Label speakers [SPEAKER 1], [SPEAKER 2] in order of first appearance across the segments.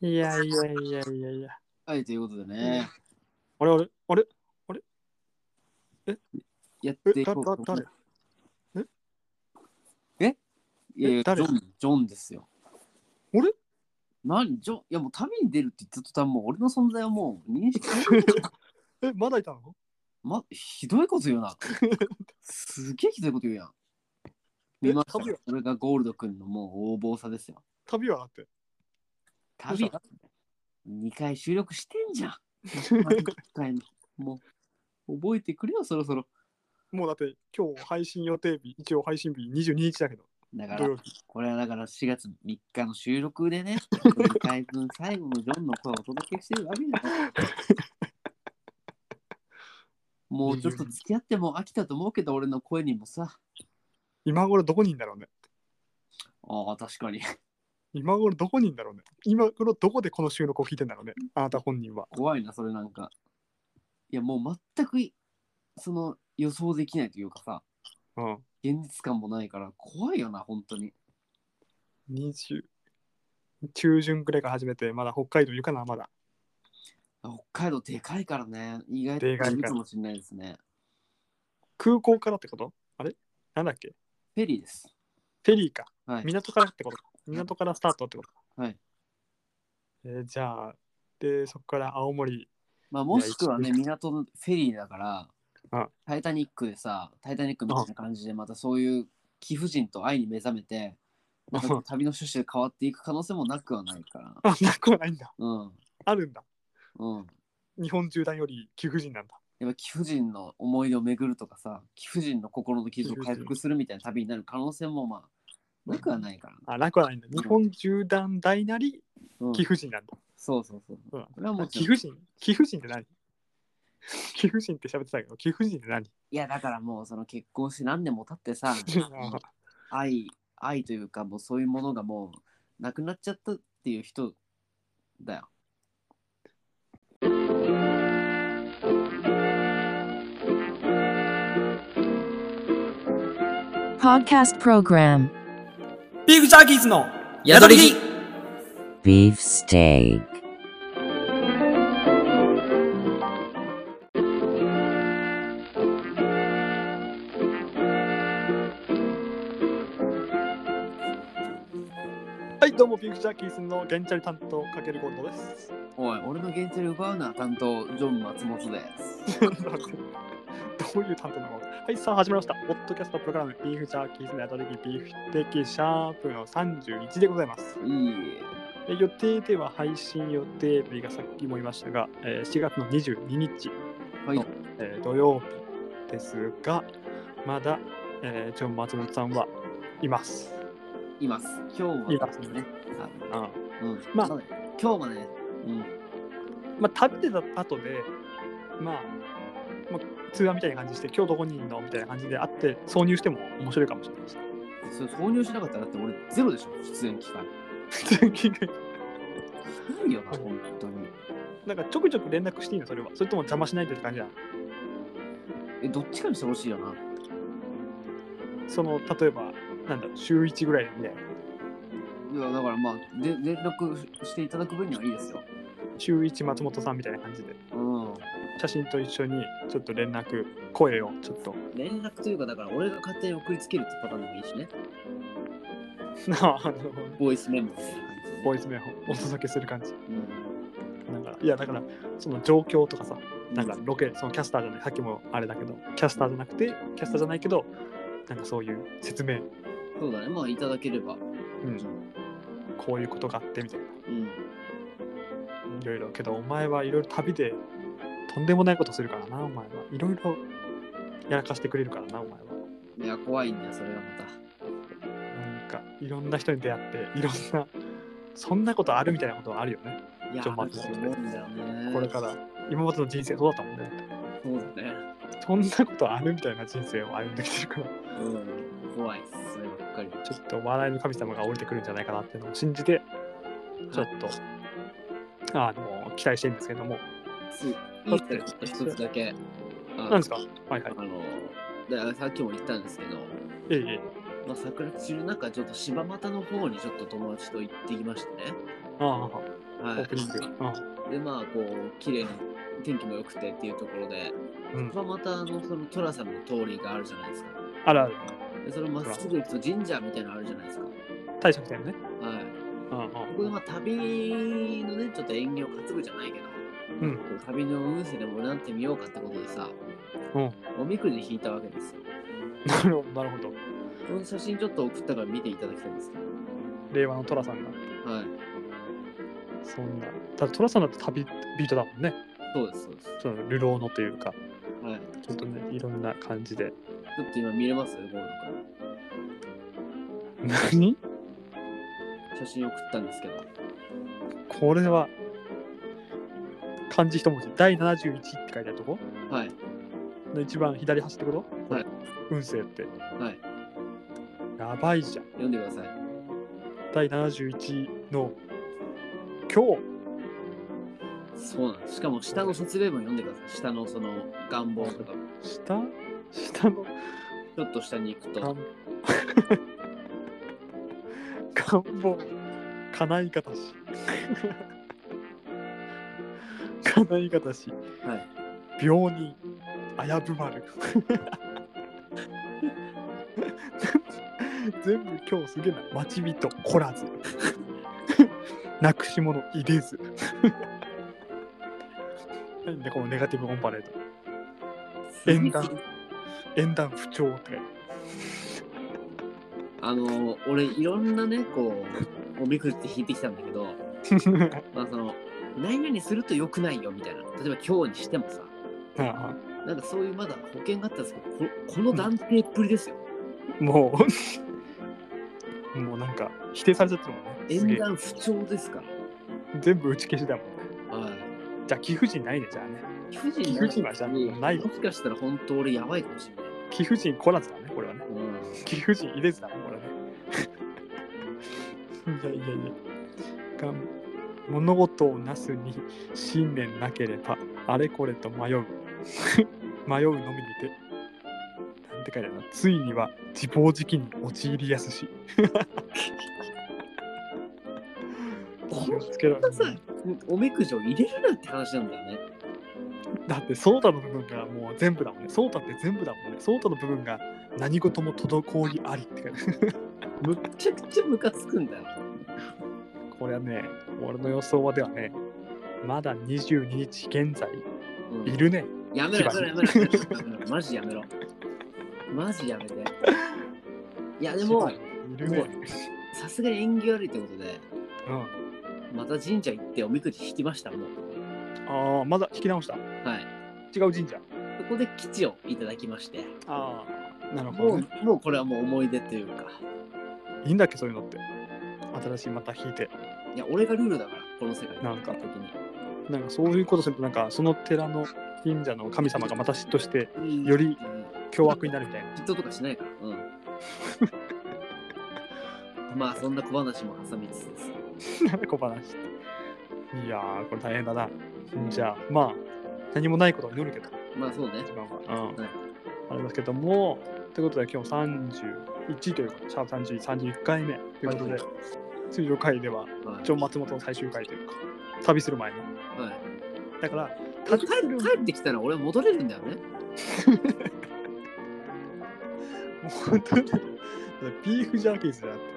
[SPEAKER 1] いやいやいやいやいや。
[SPEAKER 2] はい、ということでね、
[SPEAKER 1] あれあれあれ
[SPEAKER 2] やっ
[SPEAKER 1] え
[SPEAKER 2] てい
[SPEAKER 1] だ
[SPEAKER 2] こう
[SPEAKER 1] だ誰
[SPEAKER 2] いやいや、ジ
[SPEAKER 1] 誰
[SPEAKER 2] ョン、ジョンですよ。
[SPEAKER 1] あれ
[SPEAKER 2] 何、ジョン、いやもう旅に出るって言った途端、もう俺の存在はもう認識、
[SPEAKER 1] え、まだいたの
[SPEAKER 2] ま、ひどいこと言うな。すげえひどいこと言うやん。見ました
[SPEAKER 1] え旅は
[SPEAKER 2] よ。それがゴールド君のもう横暴さですよ。
[SPEAKER 1] 旅はだって。
[SPEAKER 2] 旅
[SPEAKER 1] ど
[SPEAKER 2] 2回収録して んじゃん。一回ももう、覚えてくれよ、そろそろ。
[SPEAKER 1] もうだって今日配信予定日、一応配信日22日だけど、
[SPEAKER 2] だか
[SPEAKER 1] 土
[SPEAKER 2] ら
[SPEAKER 1] 曜、日。
[SPEAKER 2] これはだから4月3日の収録でね、2回分最後のジョンの声をお届けしてるわけ だよ。もうちょっと付き合っても飽きたと思うけど、俺の声にもさ。
[SPEAKER 1] 今頃どこにいんだろうね。
[SPEAKER 2] ああ、確かに。
[SPEAKER 1] 今頃どこにいんだろうね。今頃どこでこの収録を聞いてんだろうね。あなた本人は。
[SPEAKER 2] 怖いな、それなんか。いや、もう全くい、その予想できないというかさ、
[SPEAKER 1] うん。
[SPEAKER 2] 現実感もないから怖いよな、本当に。
[SPEAKER 1] 20中旬くらいから始めて、まだ北海道いるかな、まだ。
[SPEAKER 2] 北海道でかいからね、意外と
[SPEAKER 1] でかいから
[SPEAKER 2] かもしれないですね。
[SPEAKER 1] 空港からってことあれなんだっけ
[SPEAKER 2] フェリーです。
[SPEAKER 1] フェリーか。
[SPEAKER 2] はい。
[SPEAKER 1] 港からってことか。港からスタートってことか。
[SPEAKER 2] はい。
[SPEAKER 1] えーじゃあ、で、そこから青森。
[SPEAKER 2] まあ、もしくはね、港のフェリーだから、
[SPEAKER 1] うん
[SPEAKER 2] タイタニックでさ、タイタニックみたいな感じで、またそういう貴婦人と愛に目覚めて、なんか
[SPEAKER 1] うん
[SPEAKER 2] 旅の趣旨が変わっていく可能性もなくはないから。
[SPEAKER 1] あ、なくはないんだ。
[SPEAKER 2] うん。
[SPEAKER 1] あるんだ。
[SPEAKER 2] うん。
[SPEAKER 1] 日本中団より貴婦人なんだ。
[SPEAKER 2] やっぱ貴婦人の思い出を巡るとかさ、貴婦人の心の傷を回復するみたいな旅になる可能性もまあ、なくはないからね。
[SPEAKER 1] あ、なくはないんだ。日本中団大なり
[SPEAKER 2] うん、
[SPEAKER 1] 貴婦人なんだ。
[SPEAKER 2] そうそうそう。
[SPEAKER 1] うん
[SPEAKER 2] これはもち
[SPEAKER 1] 貴
[SPEAKER 2] ろ
[SPEAKER 1] 婦
[SPEAKER 2] ん
[SPEAKER 1] 人貴婦人って何貴婦人って喋ってたけど、貴婦人って何
[SPEAKER 2] いや、だからもう、その結婚して何年も経ってさ、 愛愛というかもうそういうものがもうなくなっちゃったっていう人だよ。
[SPEAKER 3] Podcast program.
[SPEAKER 4] ビーフジャーキーズの
[SPEAKER 5] 宿り着
[SPEAKER 3] Beef steak.
[SPEAKER 1] はい、どうも、ピンクジャーキーズのゲンチャリ担当、かけるゴールドです。
[SPEAKER 2] おい、俺の原点を奪うな、担当、ジョン松本です。
[SPEAKER 1] どういう担当なのかはい、さあ始まりました。ポッドキャストプログラム、ビーフジャーキーズのアドリギビーフテキシャープの31でございます。
[SPEAKER 2] いいえ。
[SPEAKER 1] え予定では配信予定日がさっきも言いましたが、えー7月の22日、
[SPEAKER 2] はい。
[SPEAKER 1] えー土曜日ですが、まだ、えー、ジョン・松本さんはいます。
[SPEAKER 2] います。今日
[SPEAKER 1] い
[SPEAKER 2] は
[SPEAKER 1] ますね
[SPEAKER 2] ね。多
[SPEAKER 1] う
[SPEAKER 2] 分
[SPEAKER 1] んま
[SPEAKER 2] うん。
[SPEAKER 1] まあ
[SPEAKER 2] そうだね今日はね、うん。
[SPEAKER 1] あ、旅でた後で、まあ、まあ、通話みたいな感じして、今日どこにいるのみたいな感じで会って、挿入しても面白いかもしれないです。
[SPEAKER 2] それ挿入しなかったらだって俺ゼロでしょ、出演機会。ないよな、本当に。
[SPEAKER 1] なんかちょくちょく連絡していいのそれは。それとも邪魔しないでって感じだ。
[SPEAKER 2] え、どっちかにしてほしいよな。
[SPEAKER 1] その、例えば、なんだろう、週1ぐらいみたいな。
[SPEAKER 2] いや、だからまあ、で連絡していただく分にはいいですよ。
[SPEAKER 1] 週1松本さんみたいな感じで、
[SPEAKER 2] うん。
[SPEAKER 1] 写真と一緒にちょっと連絡、声をちょっと。
[SPEAKER 2] 連絡というか、だから俺が勝手に送りつけるってパターンでもいいしね。
[SPEAKER 1] あの
[SPEAKER 2] ボイスメモみたいな感じでね
[SPEAKER 1] ボイスメモをお届けする感じ。
[SPEAKER 2] うん
[SPEAKER 1] なんかいやだからその状況とかさ、なんかロケ、そのキャスターじゃない、さっきもあれだけど、キャスターじゃなくて、キャスターじゃないけど、なんかそういう説明、
[SPEAKER 2] そうだね、まあいただければ。
[SPEAKER 1] うん、こういうことがあってみたいな、
[SPEAKER 2] うん。
[SPEAKER 1] いろいろ、けどお前はいろいろ旅でとんでもないことするからな、お前は。いろいろやらかしてくれるからな、お前は。
[SPEAKER 2] いや、怖いんだよ、それがまた。
[SPEAKER 1] なんかいろんな人に出会って、いろんな、そんなことあるみたいなことはあるよね。
[SPEAKER 2] いや、
[SPEAKER 1] ちょっと
[SPEAKER 2] ある
[SPEAKER 1] 待って
[SPEAKER 2] と思うんだよね。
[SPEAKER 1] これから。、今までの人生そうだったもんね。
[SPEAKER 2] そうだね。
[SPEAKER 1] そんなことあるみたいな人生を歩んできてるから。
[SPEAKER 2] うん。怖いっす、そればっかりは。
[SPEAKER 1] ちょっと笑いの神様が降りてくるんじゃないかなっていうのを信じて、ちょっと、あの、期待してるんですけども。
[SPEAKER 2] ついいいっすかちょっと一つだけ。あ
[SPEAKER 1] なんですかはいはい。
[SPEAKER 2] あの、だからさっきも言ったんですけど、
[SPEAKER 1] ええええ。
[SPEAKER 2] まあ、桜中の中、ちょっと柴又の方にちょっと友達と行ってきましてね。
[SPEAKER 1] ああ、オープニング。う
[SPEAKER 2] でまあこう綺麗な天気も良くてっていうところで、
[SPEAKER 1] ん。うん、
[SPEAKER 2] まあ、またあのその寅さんの通りがあるじゃないですか
[SPEAKER 1] あるある。
[SPEAKER 2] でそのまっすぐ行くと神社みたいなのあるじゃないですか
[SPEAKER 1] 大釈天ね。
[SPEAKER 2] はい
[SPEAKER 1] うんうん
[SPEAKER 2] ここでまあ旅のねちょっと縁起を担ぐじゃないけど、
[SPEAKER 1] うん
[SPEAKER 2] こ旅の運勢でも占ってみようかってことでさ、
[SPEAKER 1] うん
[SPEAKER 2] おみくじ引いたわけですよ
[SPEAKER 1] なるほど、 なるほど。
[SPEAKER 2] この写真ちょっと送ったから見ていただきたいんですけど
[SPEAKER 1] 令和の寅さんが。
[SPEAKER 2] はい
[SPEAKER 1] そんな。ただ寅さんだと旅人だもんね。
[SPEAKER 2] そうですそうです
[SPEAKER 1] その流浪のというか、
[SPEAKER 2] はい
[SPEAKER 1] ちょっとね、いろんな感じで。
[SPEAKER 2] ちょっと今見れますゴールドか
[SPEAKER 1] 何
[SPEAKER 2] ら写真送ったんですけど
[SPEAKER 1] これは、漢字一文字。第71って書いてあるとこ
[SPEAKER 2] はい
[SPEAKER 1] の一番左端ってこと
[SPEAKER 2] はい。
[SPEAKER 1] 運勢って。
[SPEAKER 2] はい
[SPEAKER 1] やばいじゃん。
[SPEAKER 2] 読んでください
[SPEAKER 1] 第71の今日。
[SPEAKER 2] そうなんですしかも下の説明文読んでください下のその願望とか
[SPEAKER 1] 下下の
[SPEAKER 2] ちょっと下に行くと
[SPEAKER 1] 願願望 叶い方し 叶い方し
[SPEAKER 2] はい
[SPEAKER 1] 病人危ぶま る全部今日すげえな待ち人来らずなくし者いれずなんでこのネガティブオンパレード縁談縁談不調って書いてある
[SPEAKER 2] あの俺いろんなねこうおみくじって引いてきたんだけどまあその何々すると良くないよみたいな例えば今日にしてもさ
[SPEAKER 1] あ
[SPEAKER 2] なんかそういうまだ保険があったんですけどここの断定っぷりですよ
[SPEAKER 1] あもうもうなんか否定されちゃってるもんねすげ
[SPEAKER 2] 縁
[SPEAKER 1] え
[SPEAKER 2] 談不調ですか
[SPEAKER 1] 全部打ち消しだもんね
[SPEAKER 2] らはい
[SPEAKER 1] じゃあ貴婦人ないねじゃあね
[SPEAKER 2] 貴婦人
[SPEAKER 1] 貴婦人はじゃあない
[SPEAKER 2] もしかしたら本当俺やばいかもしれない
[SPEAKER 1] 貴婦人来らずだねこれはね
[SPEAKER 2] うん
[SPEAKER 1] 貴婦人入れずだねこれはね いやいやいやが物事をなすに信念なければあれこれと迷う 迷うのみにてなんて書いてあるのついには自暴自棄に陥りやす し気をつけろよ
[SPEAKER 2] こんなさおみくじを入れるなって話なんだよね
[SPEAKER 1] だってソータの部分がもう全部だもんね。ソータって全部だもんね。ソータの部分が何事も滞りありって書いてある
[SPEAKER 2] むっちゃくちゃムカつくんだよ
[SPEAKER 1] これはね、俺の予想はではね、まだ22日現在
[SPEAKER 2] うん
[SPEAKER 1] いるね。
[SPEAKER 2] やめろやめろやめろやめろマジやめろマジやめていやでも
[SPEAKER 1] いるね。
[SPEAKER 2] さすがに縁起悪いってことで
[SPEAKER 1] うん。
[SPEAKER 2] また神社行っておみくじ引きましたもう
[SPEAKER 1] ああ、まだ引き直した。
[SPEAKER 2] はい
[SPEAKER 1] 違う神社。
[SPEAKER 2] そこで基地をいただきまして
[SPEAKER 1] ああ、なるほ
[SPEAKER 2] も
[SPEAKER 1] ど、ね。
[SPEAKER 2] うもうこれはもう思い出というか
[SPEAKER 1] いいんだっけ、そういうのって。新しいまた引いて。
[SPEAKER 2] いや俺がルールだからこの世界
[SPEAKER 1] なんか
[SPEAKER 2] 的に
[SPEAKER 1] なんかそういうことすると、なんかその寺の神社の神様がまた嫉妬してより
[SPEAKER 2] うん
[SPEAKER 1] 凶悪になるみたいな。
[SPEAKER 2] 嫉妬とかしないからうん まあそんな小話も挟みつつです
[SPEAKER 1] 小話いやーこれ大変だなじゃあまあ何もないことを祈るけど
[SPEAKER 2] まあそうね
[SPEAKER 1] 一番は、うん
[SPEAKER 2] はい
[SPEAKER 1] あれだけどもということで今日31というかシャープ31 31回目ということで、
[SPEAKER 2] はい
[SPEAKER 1] 通常回では
[SPEAKER 2] はい
[SPEAKER 1] ジョン・松本の最終回というか旅する前の
[SPEAKER 2] はい
[SPEAKER 1] だから
[SPEAKER 2] 帰帰ってきたら俺戻れるんだよね。
[SPEAKER 1] もう本当に ビーフジャーキーズじゃなくて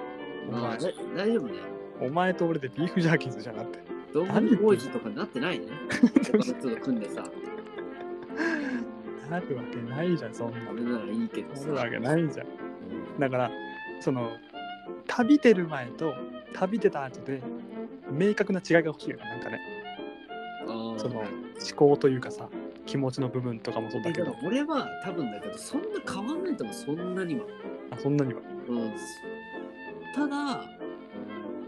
[SPEAKER 1] お
[SPEAKER 2] まあ
[SPEAKER 1] 前
[SPEAKER 2] だ大丈夫ね。
[SPEAKER 1] お前と俺でビーフジャーキーズじゃなくて
[SPEAKER 2] ドンブリボーイズとかになってない ね。他の人と組んでさ、
[SPEAKER 1] なるわけないじゃんそんな
[SPEAKER 2] 俺ならいいけど
[SPEAKER 1] な
[SPEAKER 2] さ。
[SPEAKER 1] るわけないじゃん
[SPEAKER 2] うん
[SPEAKER 1] だからその旅出る前と旅出た後で明確な違いが欲しいよねなんかね
[SPEAKER 2] あー
[SPEAKER 1] その思考というかさ気持ちの部分とかもそうだ
[SPEAKER 2] だ
[SPEAKER 1] け
[SPEAKER 2] け
[SPEAKER 1] ど
[SPEAKER 2] ど俺は多分だけどそんな変わんないと思うそんなには、
[SPEAKER 1] あそんなには
[SPEAKER 2] うん、ただ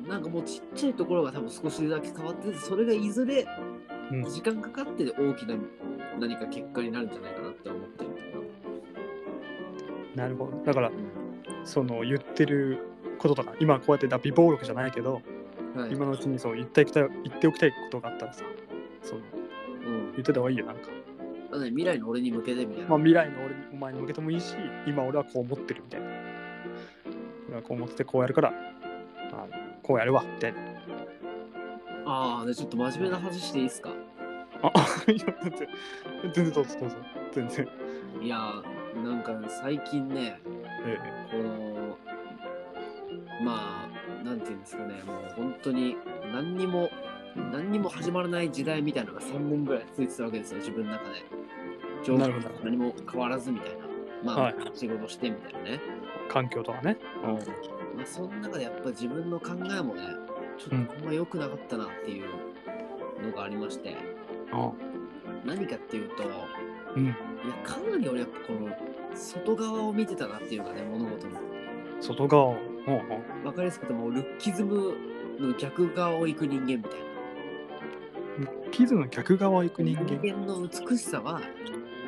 [SPEAKER 2] なんかもうちっちゃいところが多分少しだけ変わっててそれがいずれ
[SPEAKER 1] うん
[SPEAKER 2] 時間かかって大きな何か結果になるんじゃないかなって思ってるんだけど、
[SPEAKER 1] なるほどだからその言ってることとか今こうやってダビ暴力じゃないけど
[SPEAKER 2] はい
[SPEAKER 1] 今のうちにそう言っておきたい言っておきたいことがあったらさその
[SPEAKER 2] うん
[SPEAKER 1] 言ってた方がいいよなんか、
[SPEAKER 2] だから未来の俺に向けてみたいな、
[SPEAKER 1] まあ、未来の俺にお前に向けてもいいし今俺はこう思ってるみたいな俺はこう思っててこうやるからあこうやるわみたいな
[SPEAKER 2] ああ、でちょっと真面目な話していいですか
[SPEAKER 1] あ、 いや、全然、全然どうぞどうぞ。全然。
[SPEAKER 2] いやー、なんかね、最近ね、
[SPEAKER 1] ええ
[SPEAKER 2] この、まあ、なんていうんですかね、もう本当に何にも、何にも始まらない時代みたいなのが3年ぐらい続いてたわけですよ、自分の中で。状
[SPEAKER 1] なるほど
[SPEAKER 2] 況何も変わらずみたいな。まあ、
[SPEAKER 1] はい
[SPEAKER 2] 仕事してみたいなね。
[SPEAKER 1] 環境とかね。
[SPEAKER 2] まあ、その中でやっぱ自分の考えもね、ちょっとあんま良くなかったなっていうのがありまして、
[SPEAKER 1] あ
[SPEAKER 2] 何かっていうと、
[SPEAKER 1] うん
[SPEAKER 2] いや、かなり俺やっぱこの、外側を見てたなっていうかね、物事の。
[SPEAKER 1] 外側を。うんうん
[SPEAKER 2] わかりやすくてもうルッキズムの逆側を行く人間みたい
[SPEAKER 1] ル
[SPEAKER 2] な。
[SPEAKER 1] ッキズムの逆側行く人間。
[SPEAKER 2] 人間の美しさは、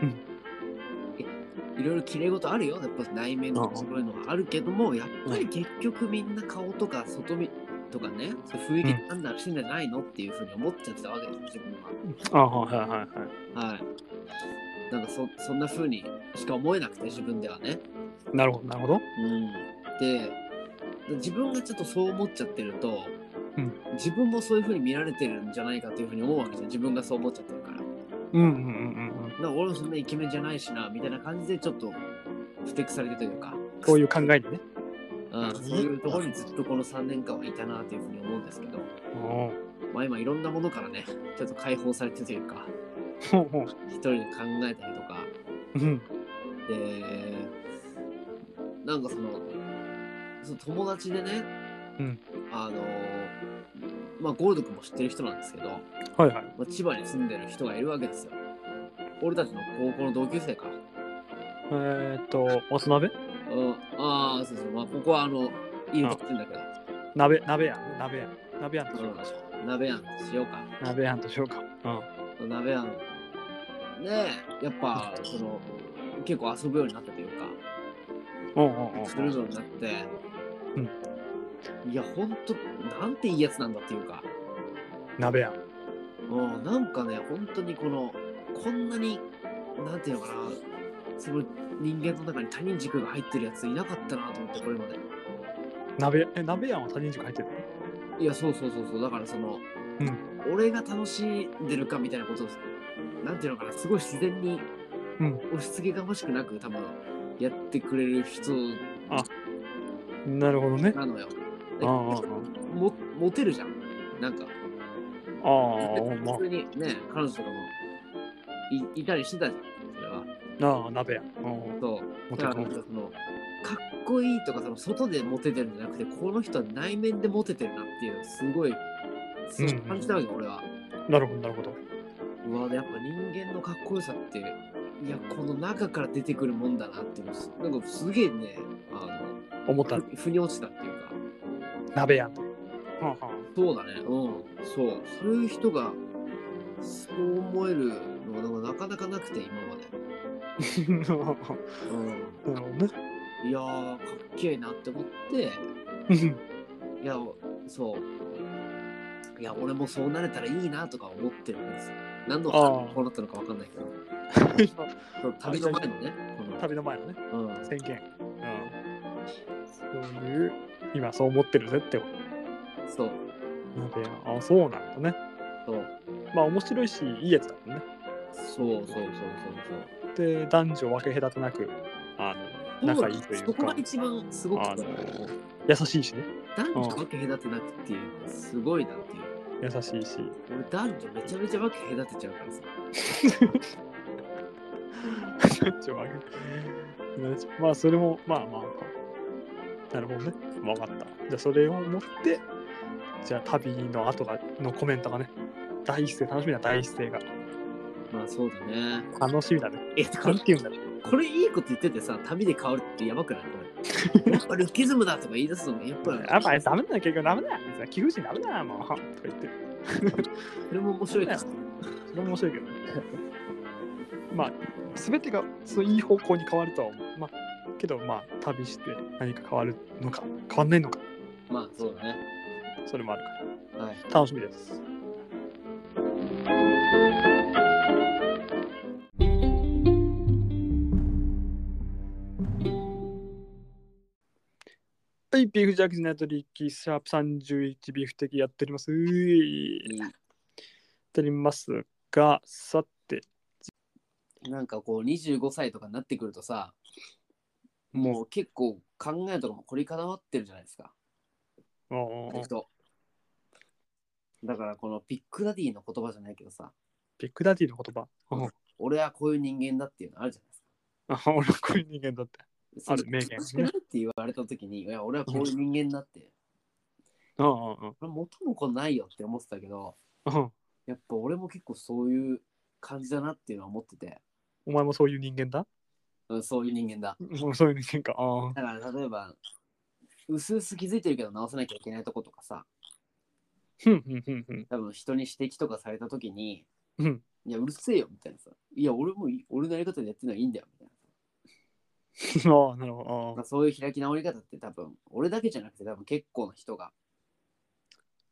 [SPEAKER 1] うん
[SPEAKER 2] いいろいろ綺麗事あるよ。やっぱ内面とかそういうのはあるけども、やっぱり結局みんな顔とか外見とかね、そういう雰囲気判断してんじゃないのっていうふうに思っちゃってたわけです、自分
[SPEAKER 1] あはいはいはいは
[SPEAKER 2] は。はい。なんかそそんなふうにしか思えなくて、自分ではね。
[SPEAKER 1] い。なるほど、なるほど。
[SPEAKER 2] うん、で自分がちょっとそう思っちゃってると、
[SPEAKER 1] うん
[SPEAKER 2] 自分もそういう風に見られてるんじゃないかという風に思うわけじゃん自分がそう思っちゃってるからだか
[SPEAKER 1] うんうんうんうんうん。
[SPEAKER 2] ら俺もそんなイケメンじゃないしなみたいな感じでちょっと不適されてというか、
[SPEAKER 1] こういう考えにね。
[SPEAKER 2] うん、そういうところにずっとこの3年間はいたなという風に思うんですけ
[SPEAKER 1] う
[SPEAKER 2] ど、
[SPEAKER 1] ん
[SPEAKER 2] まあ、今いろんなものからねちょっと解放されてというか
[SPEAKER 1] ほうほう
[SPEAKER 2] 一人で考えたりとか
[SPEAKER 1] うん。
[SPEAKER 2] でなんかそのその友達でね、
[SPEAKER 1] うん
[SPEAKER 2] あのまあゴールド君も知ってる人なんですけど、ま
[SPEAKER 1] はいはい。
[SPEAKER 2] あ、千葉に住んでる人がいるわけですよ俺たちの高校の同級生か
[SPEAKER 1] えーっと、おつ鍋
[SPEAKER 2] うんああそうそうまあここはあのいいとこってんだけど
[SPEAKER 1] 鍋、鍋やん。鍋やん。鍋やんとしようか。
[SPEAKER 2] 鍋やんしようか
[SPEAKER 1] 鍋やんとしようか。うん。
[SPEAKER 2] 鍋やんねえやっぱその結構遊ぶようになったというか
[SPEAKER 1] うんうんうん。
[SPEAKER 2] するようになって、いやほんとなんていいやつなんだっていうか
[SPEAKER 1] 鍋やん。
[SPEAKER 2] もうなんかね本当にこのこんなになんていうのかなその人間の中に他人軸が入ってるやついなかったなと思ってこれまで
[SPEAKER 1] 鍋、え、鍋やんは他人軸入ってる
[SPEAKER 2] いやそうそうそうそうだからその、
[SPEAKER 1] うん
[SPEAKER 2] 俺が楽しんでるかみたいなことをなんていうのかなすごい自然に、
[SPEAKER 1] うん
[SPEAKER 2] 押し付けがましくなく多分やってくれる人
[SPEAKER 1] のなるほどね。
[SPEAKER 2] なのよ
[SPEAKER 1] ああ、ああ
[SPEAKER 2] もモテるじゃんなんか
[SPEAKER 1] ああ、ま
[SPEAKER 2] 普通にね彼女とかもいいたりしてたじゃんそれは
[SPEAKER 1] あ、ああ、鍋やん。うん
[SPEAKER 2] そう
[SPEAKER 1] モテ
[SPEAKER 2] だ
[SPEAKER 1] る
[SPEAKER 2] からなんかそのかっこいいとかその外でモテてるんじゃなくてこの人は内面でモテてるなっていうのをすごいすごい感じたわけ、俺は
[SPEAKER 1] なるほど、なるほど。
[SPEAKER 2] うわやっぱ人間のかっこよさっていやこの中から出てくるもんだなっていうのすなんかすげえねあ
[SPEAKER 1] 思った。
[SPEAKER 2] のふ腑に落ちたっていうか
[SPEAKER 1] 鍋やんと。はあはあ
[SPEAKER 2] そうだねうんそうそういう人がそう思えるのがなんかなかなかなくて今まで、
[SPEAKER 1] なるほ
[SPEAKER 2] う
[SPEAKER 1] どね。
[SPEAKER 2] ん、いやーかっけえなって思って
[SPEAKER 1] うん
[SPEAKER 2] いや、そう。いや、俺もそうなれたらいいなとか思ってるんですよ。何の
[SPEAKER 1] あー
[SPEAKER 2] こうなったのか分かんないけど、
[SPEAKER 1] 今
[SPEAKER 2] その旅の前のね、
[SPEAKER 1] 旅の前のね、
[SPEAKER 2] この、うん、
[SPEAKER 1] 宣言。うん。そういう、今そう思ってるぜってこ
[SPEAKER 2] そう、
[SPEAKER 1] と。鍋やん。あ、そうなんだね。
[SPEAKER 2] そう、
[SPEAKER 1] まあ面白いし、いいやつだもんね。
[SPEAKER 2] そうそうそうそう
[SPEAKER 1] で、男女分け隔てなく、あの、
[SPEAKER 2] そう。
[SPEAKER 1] 仲いいとい
[SPEAKER 2] そうこ
[SPEAKER 1] か
[SPEAKER 2] が、一番すごく
[SPEAKER 1] あ
[SPEAKER 2] て
[SPEAKER 1] の優しいしね。
[SPEAKER 2] 男女分け隔てなくっていうのがすごいなっていう。
[SPEAKER 1] 優しいし。
[SPEAKER 2] 俺男女めちゃめちゃ分け隔てちゃうからさ。
[SPEAKER 1] ちょまあ まあ、それも、まあまあまあ。なるほどね。わかった。じゃあ、それを持って、じゃあ、旅の後が、のコメントがね、第一声、楽しみだ、第一声が。
[SPEAKER 2] まあそうだね。
[SPEAKER 1] 楽しみだね。
[SPEAKER 2] え、こ
[SPEAKER 1] な
[SPEAKER 2] れ
[SPEAKER 1] んて言うんだろ
[SPEAKER 2] これいいこと言っててさ、旅で変わるってやばくないこれ。やっぱルッキズムだとか言い出すのもやっぱ
[SPEAKER 1] う。やっぱりダメだな、結局ダメだ。貴婦人ダメだな、もう。とか言って。
[SPEAKER 2] それも面白いな。
[SPEAKER 1] それも面白いけどね。 まあ、すべてが、そういい方向に変わるとは思う。まあ、けど、まあ、旅して何か変わるのか、変わんないのか、
[SPEAKER 2] まあそうだね。
[SPEAKER 1] それもあるか
[SPEAKER 2] はい。
[SPEAKER 1] ら。楽しみです。はい、ビーフジャーキーズナイトリーキー、シャープ31ビーフ的やっております。ういやっておりますが、さて、
[SPEAKER 2] なんかこう25歳とかになってくるとさもう結構考えとかも凝り固まってるじゃないですか
[SPEAKER 1] あー
[SPEAKER 2] 割とだからこのピックダディの言葉じゃないけどさ
[SPEAKER 1] ビッグダディの言葉。うん
[SPEAKER 2] 俺はこういう人間だっていうのあるじゃないですか
[SPEAKER 1] あ俺はこういう人間だって。
[SPEAKER 2] そ
[SPEAKER 1] あ
[SPEAKER 2] れ
[SPEAKER 1] る名言
[SPEAKER 2] 欲しくないって言われた時にいや俺はこういう人間だって
[SPEAKER 1] うんうんうん
[SPEAKER 2] 俺元も子ないよって思ってたけど
[SPEAKER 1] うん。
[SPEAKER 2] やっぱ俺も結構そういう感じだなっていうのは思ってて、
[SPEAKER 1] お前もそういう人間だ
[SPEAKER 2] うん、そういう人間だ
[SPEAKER 1] もうそういう人間か。あ
[SPEAKER 2] だから例えば薄々気づいてるけど直さなきゃいけないとことかさ
[SPEAKER 1] ふんふんふんふん。
[SPEAKER 2] 多分人に指摘とかされた時に
[SPEAKER 1] うん。
[SPEAKER 2] 「いやうるせえよ」みたいなさ「いや俺もい俺のやり方でやってるのはいいんだよ」みたいな
[SPEAKER 1] ああ、なるほど。
[SPEAKER 2] ま
[SPEAKER 1] あ
[SPEAKER 2] あそういう開き直り方って多分俺だけじゃなくて多分結構な人が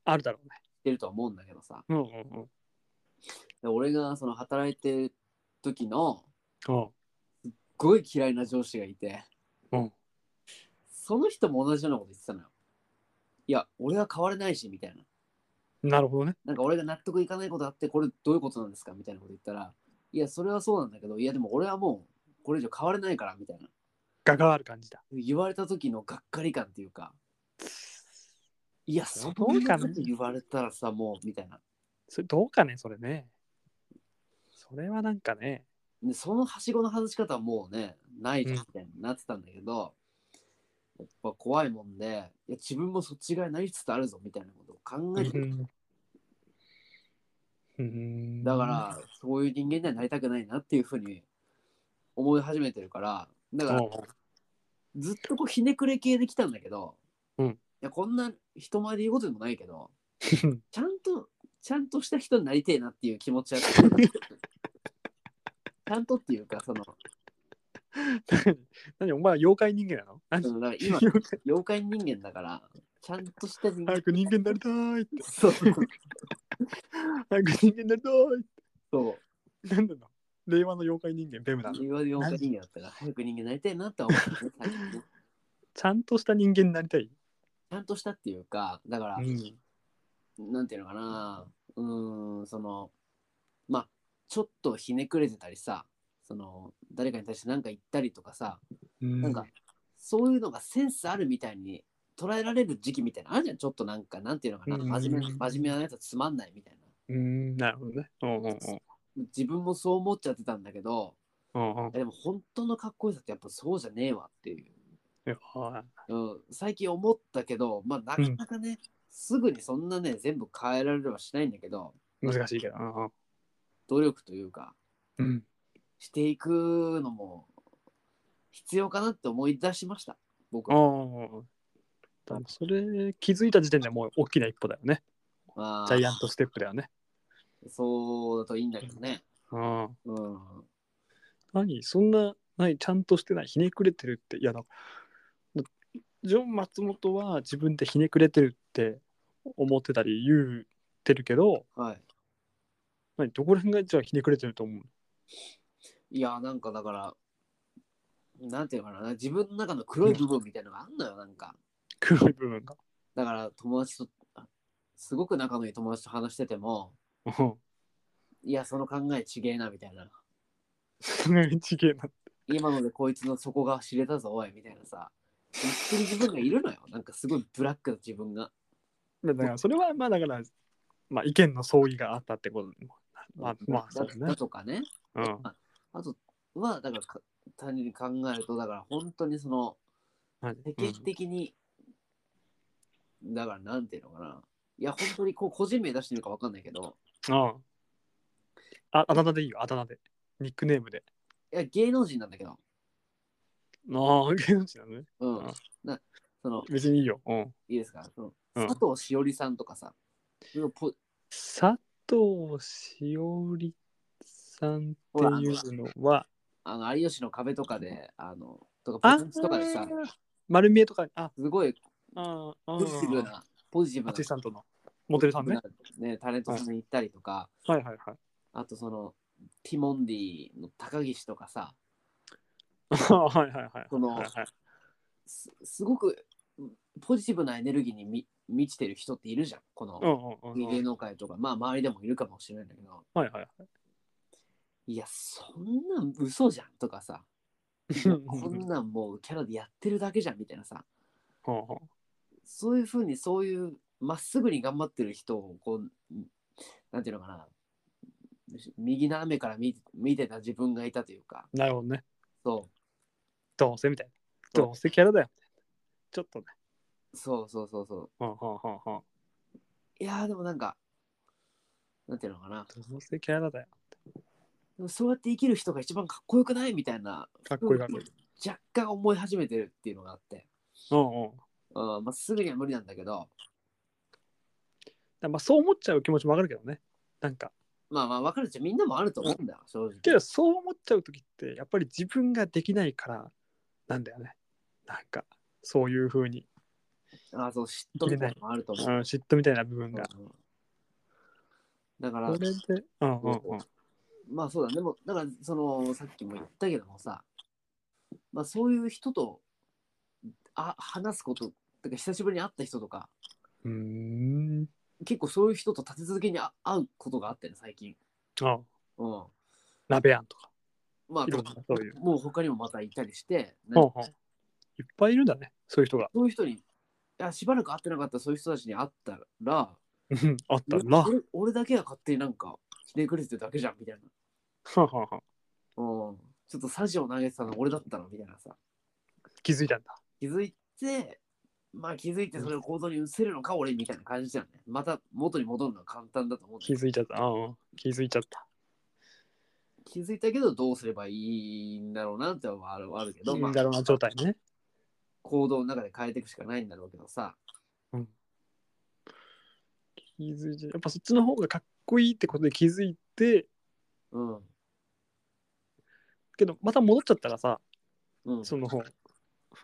[SPEAKER 1] ああるだろ
[SPEAKER 2] してるとは思うんだけどさ
[SPEAKER 1] うね。うんうんうん。
[SPEAKER 2] で俺がその働いてる時の
[SPEAKER 1] あ
[SPEAKER 2] すごい嫌いな上司がいて、
[SPEAKER 1] うん
[SPEAKER 2] その人も同じようなこと言ってたのよ。いや俺は変われないしみたいな。
[SPEAKER 1] あなるほどね。
[SPEAKER 2] なんか俺が納得いかないことあってこれどういうことなんですかみたいなこと言ったらいやそれはそうなんだけどいやでも俺はもうこれ以上変われないからみたいな
[SPEAKER 1] 画がある感じだ。
[SPEAKER 2] 言われた時のがっかり感っていうかいやそ
[SPEAKER 1] そ
[SPEAKER 2] ん
[SPEAKER 1] う
[SPEAKER 2] なこ
[SPEAKER 1] かな
[SPEAKER 2] と言われたらさもうみたいな
[SPEAKER 1] それどうかね、それね。それはなんかね。
[SPEAKER 2] でそのはしごの外し方はもうねないじゃん
[SPEAKER 1] うん
[SPEAKER 2] みたいになってたんだけど、やっぱ怖いもんでいや自分もそっち側になりつつあるぞみたいなことを考
[SPEAKER 1] う
[SPEAKER 2] えて、
[SPEAKER 1] ん。うん
[SPEAKER 2] だからそういう人間にはなりたくないなっていうふうに思い始めてるからだから
[SPEAKER 1] うん
[SPEAKER 2] ずっとこうひねくれ系で来たんだけど、
[SPEAKER 1] うん
[SPEAKER 2] いやこんな人前で言うことでもないけどちゃんとちゃんとした人になりてえなっていう気持ちは ちゃんとっていうかその
[SPEAKER 1] 何何お前は妖怪人間なの
[SPEAKER 2] そ
[SPEAKER 1] 何
[SPEAKER 2] のだから今
[SPEAKER 1] 妖怪
[SPEAKER 2] 妖怪人間だからちゃんとした人
[SPEAKER 1] 早く人間になりたいって。
[SPEAKER 2] そうそう
[SPEAKER 1] 早く人間になりたい
[SPEAKER 2] そう
[SPEAKER 1] って。なんだろう令和の妖怪人間、ベムなの。
[SPEAKER 2] 言われ妖怪人間だったから早く人間になりたいなって思って、ね、最近ね
[SPEAKER 1] ちゃんとした人間になりたい。
[SPEAKER 2] ちゃんとしたっていうかだから、
[SPEAKER 1] ん。
[SPEAKER 2] なんていうのかなうーんそのまあちょっとひねくれてたりさその誰かに対して何か言ったりとかさ、
[SPEAKER 1] な
[SPEAKER 2] なんかそういうのがセンスあるみたいに捉えられる時期みたいなのあるじゃんちょっとなんかなんていうのかな、
[SPEAKER 1] うん
[SPEAKER 2] 真面目な真面目なやつはつまんないみたい
[SPEAKER 1] うん、なるほどね。うんうんうん
[SPEAKER 2] な自分もそう思っちゃってたんだけど
[SPEAKER 1] うんうん
[SPEAKER 2] いやでも本当のかっこよさってやっぱそうじゃねえわっていう、
[SPEAKER 1] いやは
[SPEAKER 2] うん、最近思ったけどまあなかなかね、すぐにそんなね全部変えられはしないんだけど
[SPEAKER 1] い難しいけど。うん
[SPEAKER 2] 努力というか
[SPEAKER 1] うん。
[SPEAKER 2] していくのも必要かなって思い出しました僕
[SPEAKER 1] う
[SPEAKER 2] は。
[SPEAKER 1] ん。うん多分それ気づいた時点でもう大きな一歩だよね。
[SPEAKER 2] ま
[SPEAKER 1] ジャイアントステップだよね。
[SPEAKER 2] そうだといいんだけどね。
[SPEAKER 1] うん。
[SPEAKER 2] うん、
[SPEAKER 1] 何そんな、何ちゃんとしてない。ひねくれてるって。いやだ、だジョン・松本は自分でひねくれてるって思ってたり言ってるけど、
[SPEAKER 2] はい。
[SPEAKER 1] 何どこら辺がじゃあひねくれてると思う
[SPEAKER 2] いやなんかだからなんていうのかな自分の中の黒い部分みたいなのがあんのよなんか。
[SPEAKER 1] 黒い部分が。
[SPEAKER 2] だから友達とあすごく仲のいい友達と話してても
[SPEAKER 1] うん。
[SPEAKER 2] いやその考えちげえなみたいな。
[SPEAKER 1] すごいちげえな。
[SPEAKER 2] 今のでこいつの底が知れたぞおいみたいなさ。言ってる自分がいるのよ。なんかすごいブラックな自分が。
[SPEAKER 1] だからそれはまあだから、まあ、意見の相違があったってことにもまあまあそうです
[SPEAKER 2] だ
[SPEAKER 1] ね
[SPEAKER 2] だ。とかね。
[SPEAKER 1] うん
[SPEAKER 2] あとは、だからか、単純に考えると、だから、本当にその、
[SPEAKER 1] はい
[SPEAKER 2] 世間的に、だから、なんていうのかな。いや、本当に、こう、個人名出してるかわかんないけど、
[SPEAKER 1] うんうんああだ名でいいよ、あだ名で。ニックネームで。
[SPEAKER 2] いや、芸能人なんだけど、
[SPEAKER 1] ああ、芸能人なのね。
[SPEAKER 2] うん
[SPEAKER 1] うん。
[SPEAKER 2] なその、
[SPEAKER 1] 別にいいよ。うん、
[SPEAKER 2] いいですか、その、
[SPEAKER 1] うん
[SPEAKER 2] 佐藤しおりさんとかさ、そのポ
[SPEAKER 1] 佐藤しおりさんっていうのは、
[SPEAKER 2] あの有吉の壁とかで、あの、とか、
[SPEAKER 1] あ
[SPEAKER 2] ポテンツとかでさ、
[SPEAKER 1] 丸見えとか、あ、
[SPEAKER 2] すごい
[SPEAKER 1] ああ、
[SPEAKER 2] ポジティブ
[SPEAKER 1] あ
[SPEAKER 2] な、ポジティブ
[SPEAKER 1] あ、
[SPEAKER 2] な
[SPEAKER 1] ア、シスタントのモデルさんね。
[SPEAKER 2] ね、タレントさんに行ったりとか、
[SPEAKER 1] はいはいはい。
[SPEAKER 2] あとその、ティモンディの高岸とかさ、
[SPEAKER 1] あーはいはいはい。
[SPEAKER 2] その
[SPEAKER 1] はいはい
[SPEAKER 2] すすごくうんポジティブなエネルギーにみ満ちてる人っているじゃんこの
[SPEAKER 1] うんうんうんう
[SPEAKER 2] 芸
[SPEAKER 1] ん。
[SPEAKER 2] 能界とかまあ周りでもいるかもしれないんだけど
[SPEAKER 1] はいはい。
[SPEAKER 2] いやそんなん嘘じゃんとか さいやこんなんもうキャラでやってるだけじゃんみたいなさ
[SPEAKER 1] ほうほ
[SPEAKER 2] そういうふうにそういうまっすぐに頑張ってる人をこうなんていうのかな右斜めから見見てた自分がいたというか
[SPEAKER 1] うなるほどね。
[SPEAKER 2] そ
[SPEAKER 1] どうせみたいな。
[SPEAKER 2] そう
[SPEAKER 1] どうせキャラだよ。ちょっとね。
[SPEAKER 2] うそうそうそうそう
[SPEAKER 1] ほうほうほうほう
[SPEAKER 2] いやーでもなんかなんていうのかな
[SPEAKER 1] どうせキャラだよ。
[SPEAKER 2] でもそうやって生きる人が一番かっこよくないみたいな
[SPEAKER 1] かっこいいかっこいい。
[SPEAKER 2] 若干思い始めてるっていうのがあって、
[SPEAKER 1] うんうん。
[SPEAKER 2] うんまあ、すぐには無理なんだけど
[SPEAKER 1] まあそう思っちゃう気持ちもわかるけどね。なんか。
[SPEAKER 2] まあまあ分かるっちゃみんなもあると思うんだよ正直
[SPEAKER 1] けどそう思っちゃう時ってやっぱり自分ができないからなんだよね。なんかそういう風に
[SPEAKER 2] あーそう嫉妬みたいなのもあると
[SPEAKER 1] うん
[SPEAKER 2] 思う、
[SPEAKER 1] 嫉妬みたいな部分が。
[SPEAKER 2] うんだか
[SPEAKER 1] そ
[SPEAKER 2] ら
[SPEAKER 1] れで。うんうんうん。
[SPEAKER 2] まあそうだねでもだからそのさっきも言ったけどもさまあそういう人とあ話すことてか久しぶりに会った人とか
[SPEAKER 1] うーん。
[SPEAKER 2] 結構そういう人と立て続けにあ会うことがあってね最近
[SPEAKER 1] あ
[SPEAKER 2] うん
[SPEAKER 1] 鍋やんとか。
[SPEAKER 2] まあ
[SPEAKER 1] いろんなそういう。
[SPEAKER 2] もう他にもまたいたりして、
[SPEAKER 1] うんうん。いっぱいいるんだね。そういう人が。
[SPEAKER 2] そういう人に、いや、しばらく会ってなかったそういう人たちに会ったら、
[SPEAKER 1] うんあった
[SPEAKER 2] 俺
[SPEAKER 1] な。は
[SPEAKER 2] 俺俺だけが勝手になんか、ひねくれてるだけじゃんみたいな。
[SPEAKER 1] はは
[SPEAKER 2] うん。ちょっとサジを投げてたの俺だったのみたいなさ。
[SPEAKER 1] 気づいたんだ。
[SPEAKER 2] 気づいて、まあ気づいてそれを行動に移せるのか俺みたいな感じだよね。また元に戻るのは簡単だと思うんだ
[SPEAKER 1] 気
[SPEAKER 2] けど
[SPEAKER 1] づいちゃった。うんうん気づいちゃった。
[SPEAKER 2] 気づいたけどどうすればいいんだろうなってはあるあるけど、
[SPEAKER 1] いい
[SPEAKER 2] ま
[SPEAKER 1] んだ
[SPEAKER 2] あ、
[SPEAKER 1] ろうな状態ね。
[SPEAKER 2] 行動の中で変えていくしかないんだろうけどさ。
[SPEAKER 1] 気づいちゃやっぱそっちの方がかっこいいってことで気づいて、
[SPEAKER 2] うん。
[SPEAKER 1] けどまた戻っちゃったらさ、
[SPEAKER 2] うん、
[SPEAKER 1] その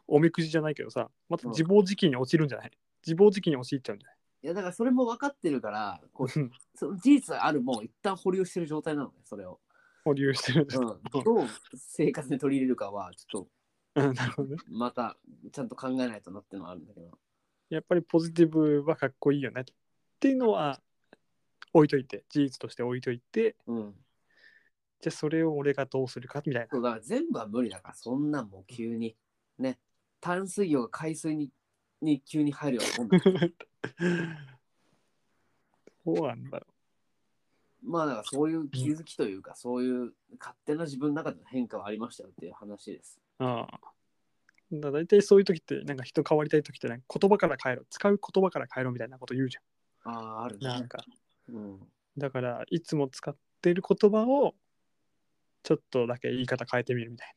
[SPEAKER 1] おみくじじゃないけどさ、また自暴自棄に落ちるんじゃない自暴自棄に陥っちゃうんじゃない
[SPEAKER 2] いやだからそれも分かってるから、こう
[SPEAKER 1] うん
[SPEAKER 2] その事実あるもう一旦保留してる状態なのね、それを。
[SPEAKER 1] 保留してるんじゃない
[SPEAKER 2] うん、どう生活に取り入れるかは、ちょっと
[SPEAKER 1] うん なるほどね。
[SPEAKER 2] またちゃんと考えないとなってのはあるんだけど。
[SPEAKER 1] やっぱりポジティブはかっこいいよねっていうのは置いといて、事実として置いといて、
[SPEAKER 2] うん。
[SPEAKER 1] じゃあそれを俺がどうするかみたい
[SPEAKER 2] そうだから全部は無理だから、そんなんもう急に。ね。淡水魚が海水にに急に入るようなもんだ。
[SPEAKER 1] な。そうなんだよ。
[SPEAKER 2] まあだからそういう気づきというか、そういう勝手な自分の中での変化はありましたよっていう話です。
[SPEAKER 1] ああ。だ大体そういう時って、なんか人変わりたい時って、なんか言葉から変えろ、使う言葉から変えろみたいなこと言うじ
[SPEAKER 2] ああ、ある
[SPEAKER 1] ゃん。なん
[SPEAKER 2] ね。
[SPEAKER 1] か、
[SPEAKER 2] うん。
[SPEAKER 1] だから、いつも使ってる言葉を、ちょっとだけ言い方変えてみるみたい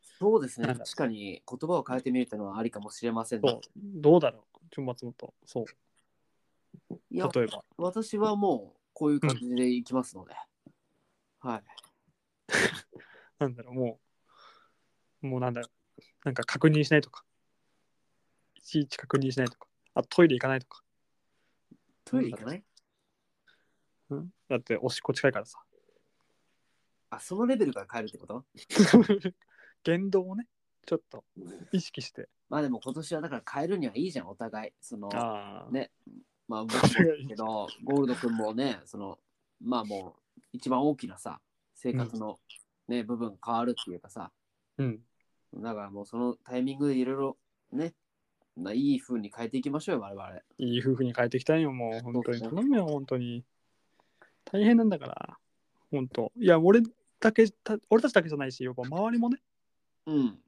[SPEAKER 2] そうですね。
[SPEAKER 1] なんだ
[SPEAKER 2] 確かに言葉を変えてみるというのはありかもしれません
[SPEAKER 1] な。
[SPEAKER 2] ね
[SPEAKER 1] そう。どうだろうちょ、松本。そう。
[SPEAKER 2] いや、
[SPEAKER 1] 例えば。
[SPEAKER 2] 私はもうこういう感じでいきますので、はい
[SPEAKER 1] なんだろう、もう、もうなんだろう。なんか確認しないとか。いちいち確認しないとか。あ、トイレ行かないとか。
[SPEAKER 2] トイレ行かない
[SPEAKER 1] うん、だって、おしっこ近いからさ。
[SPEAKER 2] あそのレベルから変えるってこと
[SPEAKER 1] 言動をね、ちょっと意識して。
[SPEAKER 2] まあでも今年はだから変えるにはいいじゃんお互いその
[SPEAKER 1] ああ。
[SPEAKER 2] ね まあ僕もだけどゴールド君もねそのまあもう一番大きなさ生活のね、部分が変わるっていうかさ
[SPEAKER 1] うん。
[SPEAKER 2] だからもうそのタイミングでいろいろねないい風に変えていきましょうよ我々
[SPEAKER 1] いい夫婦に変えていきたいよ、もう。本当に
[SPEAKER 2] そうそう
[SPEAKER 1] 頼むよ、本当に。大変なんだから。本当。いや、俺だけ、た俺たちだけじゃないし、やっぱ周りもね、
[SPEAKER 2] うん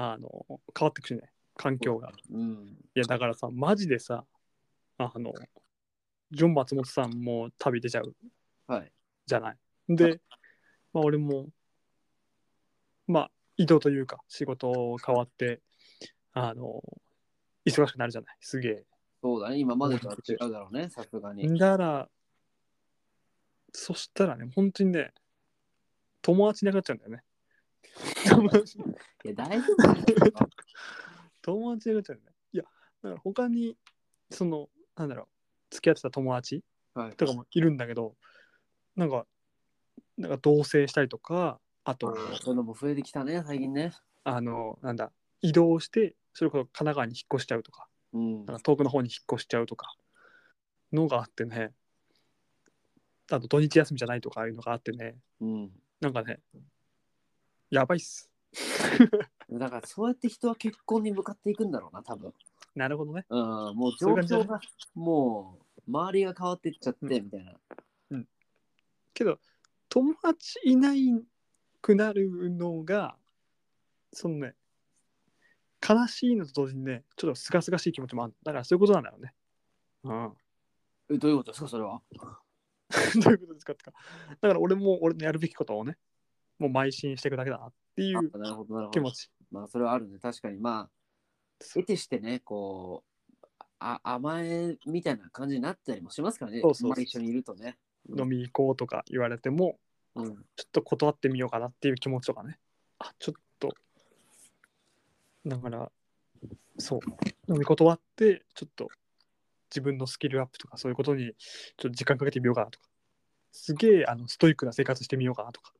[SPEAKER 1] あの、変わってくしね、環境が。
[SPEAKER 2] うん
[SPEAKER 1] いや、だからさ、マジでさ、あの、ジョン松本さんも旅出ちゃう
[SPEAKER 2] はい
[SPEAKER 1] じゃない。で、まあ、俺も、まあ、移動というか、仕事変わって、あの、忙しくなるじゃない。すげえ。
[SPEAKER 2] そうだね今までとは違うだろうねさすがに
[SPEAKER 1] だから、そしたらね、本当にね、友達いなくなっちゃうんだよね。 友達
[SPEAKER 2] いや大丈夫だよ
[SPEAKER 1] 友達いなくなっちゃうんだよね。いや、だから他に、その、なんだろう、付き合ってた友達
[SPEAKER 2] はい
[SPEAKER 1] とかもいるんだけど、なんか、なんか同棲したりとか、あと、
[SPEAKER 2] そういうのも増えてきたね、最近ね。
[SPEAKER 1] あの、なんだ、移動してそれこそ神奈川に引っ越しちゃうとか
[SPEAKER 2] うん
[SPEAKER 1] なんか遠くの方に引っ越しちゃうとかのがあってねあと土日休みじゃないとかああいうのがあってね
[SPEAKER 2] うん
[SPEAKER 1] なんかねやばいっす
[SPEAKER 2] だからそうやって人は結婚に向かっていくんだろうな多分
[SPEAKER 1] なるほどね
[SPEAKER 2] うんもう
[SPEAKER 1] そうい
[SPEAKER 2] 状
[SPEAKER 1] う感じだね
[SPEAKER 2] 況がもう周りが変わってっちゃって
[SPEAKER 1] う
[SPEAKER 2] みたいな、
[SPEAKER 1] けど友達いないくなるのがそのね悲しいのと同時にねちょっとすがすがしい気持ちもあるだからそういうことなんだろうねうん
[SPEAKER 2] えどういうことですかそれは
[SPEAKER 1] どういうことですかとかだから俺も俺のやるべきことをねもう邁進していくだけだなってい
[SPEAKER 2] あ
[SPEAKER 1] う
[SPEAKER 2] なるほどなるほ
[SPEAKER 1] 気
[SPEAKER 2] ど
[SPEAKER 1] 持ち
[SPEAKER 2] まあそれはあるね確かにまあ得てしてねこうあ甘えみたいな感じになったりもしますからね
[SPEAKER 1] そうそうそう
[SPEAKER 2] まあ一緒にいるとね、
[SPEAKER 1] 飲み行こうとか言われても
[SPEAKER 2] うん、
[SPEAKER 1] ちょっと断ってみようかなっていう気持ちとかね。あ、ちょっと。だから、そう。飲み断って、ちょっと自分のスキルアップとか、そういうことにちょっと時間かけてみようかなとか。すげえあのストイックな生活してみようかなとか。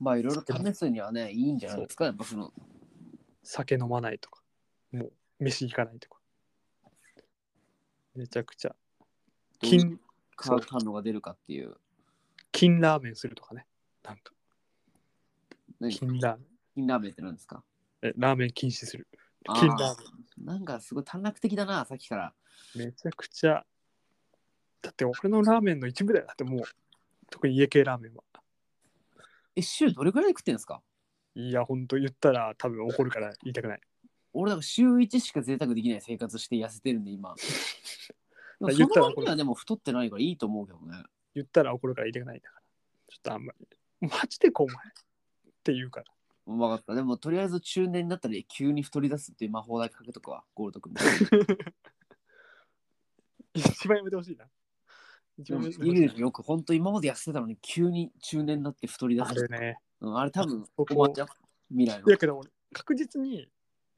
[SPEAKER 2] まあいろいろ試すにはねいいんじゃないですかやっぱその
[SPEAKER 1] 酒飲まないとか。もう、飯行かないとか。めちゃくちゃ。金、
[SPEAKER 2] 化学反応が出るかっていう
[SPEAKER 1] 金ラーメンするとかね。なんか、
[SPEAKER 2] 何
[SPEAKER 1] 金ラーメン。
[SPEAKER 2] 金ラーメンって何ですか
[SPEAKER 1] え、ラーメン禁止する。
[SPEAKER 2] あ
[SPEAKER 1] 金ラーメン。
[SPEAKER 2] ーなんかすごい短絡的だなさっきから
[SPEAKER 1] めちゃくちゃ。だって俺のラーメンの一部だよ。だってもう、特に家系ラーメンは。
[SPEAKER 2] え週どれぐらい食ってんですか
[SPEAKER 1] いや、ほんと言ったら多分怒るから言いたくない。
[SPEAKER 2] 俺なんか週1しか贅沢できない生活して痩せてるんで 今でも
[SPEAKER 1] ら
[SPEAKER 2] そ
[SPEAKER 1] 言
[SPEAKER 2] の
[SPEAKER 1] ったら
[SPEAKER 2] 割にはでも太ってないからいいと思うけどね
[SPEAKER 1] 言ったら怒るから言いたくないんだから。ちょっとあんまり。マジでこうお前。って言うから。
[SPEAKER 2] 分かったでもとりあえず中年になったら急に太り出すっていう魔法だけかけとくわゴールド 君も
[SPEAKER 1] 一番やめてほしいな。一番やめてほし
[SPEAKER 2] い
[SPEAKER 1] い
[SPEAKER 2] る
[SPEAKER 1] な
[SPEAKER 2] でしょよく本当今まで痩せてたのに急に中年になって太り出
[SPEAKER 1] あ
[SPEAKER 2] す
[SPEAKER 1] れね。
[SPEAKER 2] うんあれ多分
[SPEAKER 1] 僕
[SPEAKER 2] 終
[SPEAKER 1] も
[SPEAKER 2] わっちゃう未
[SPEAKER 1] い
[SPEAKER 2] 来
[SPEAKER 1] や
[SPEAKER 2] の
[SPEAKER 1] けど俺、確実に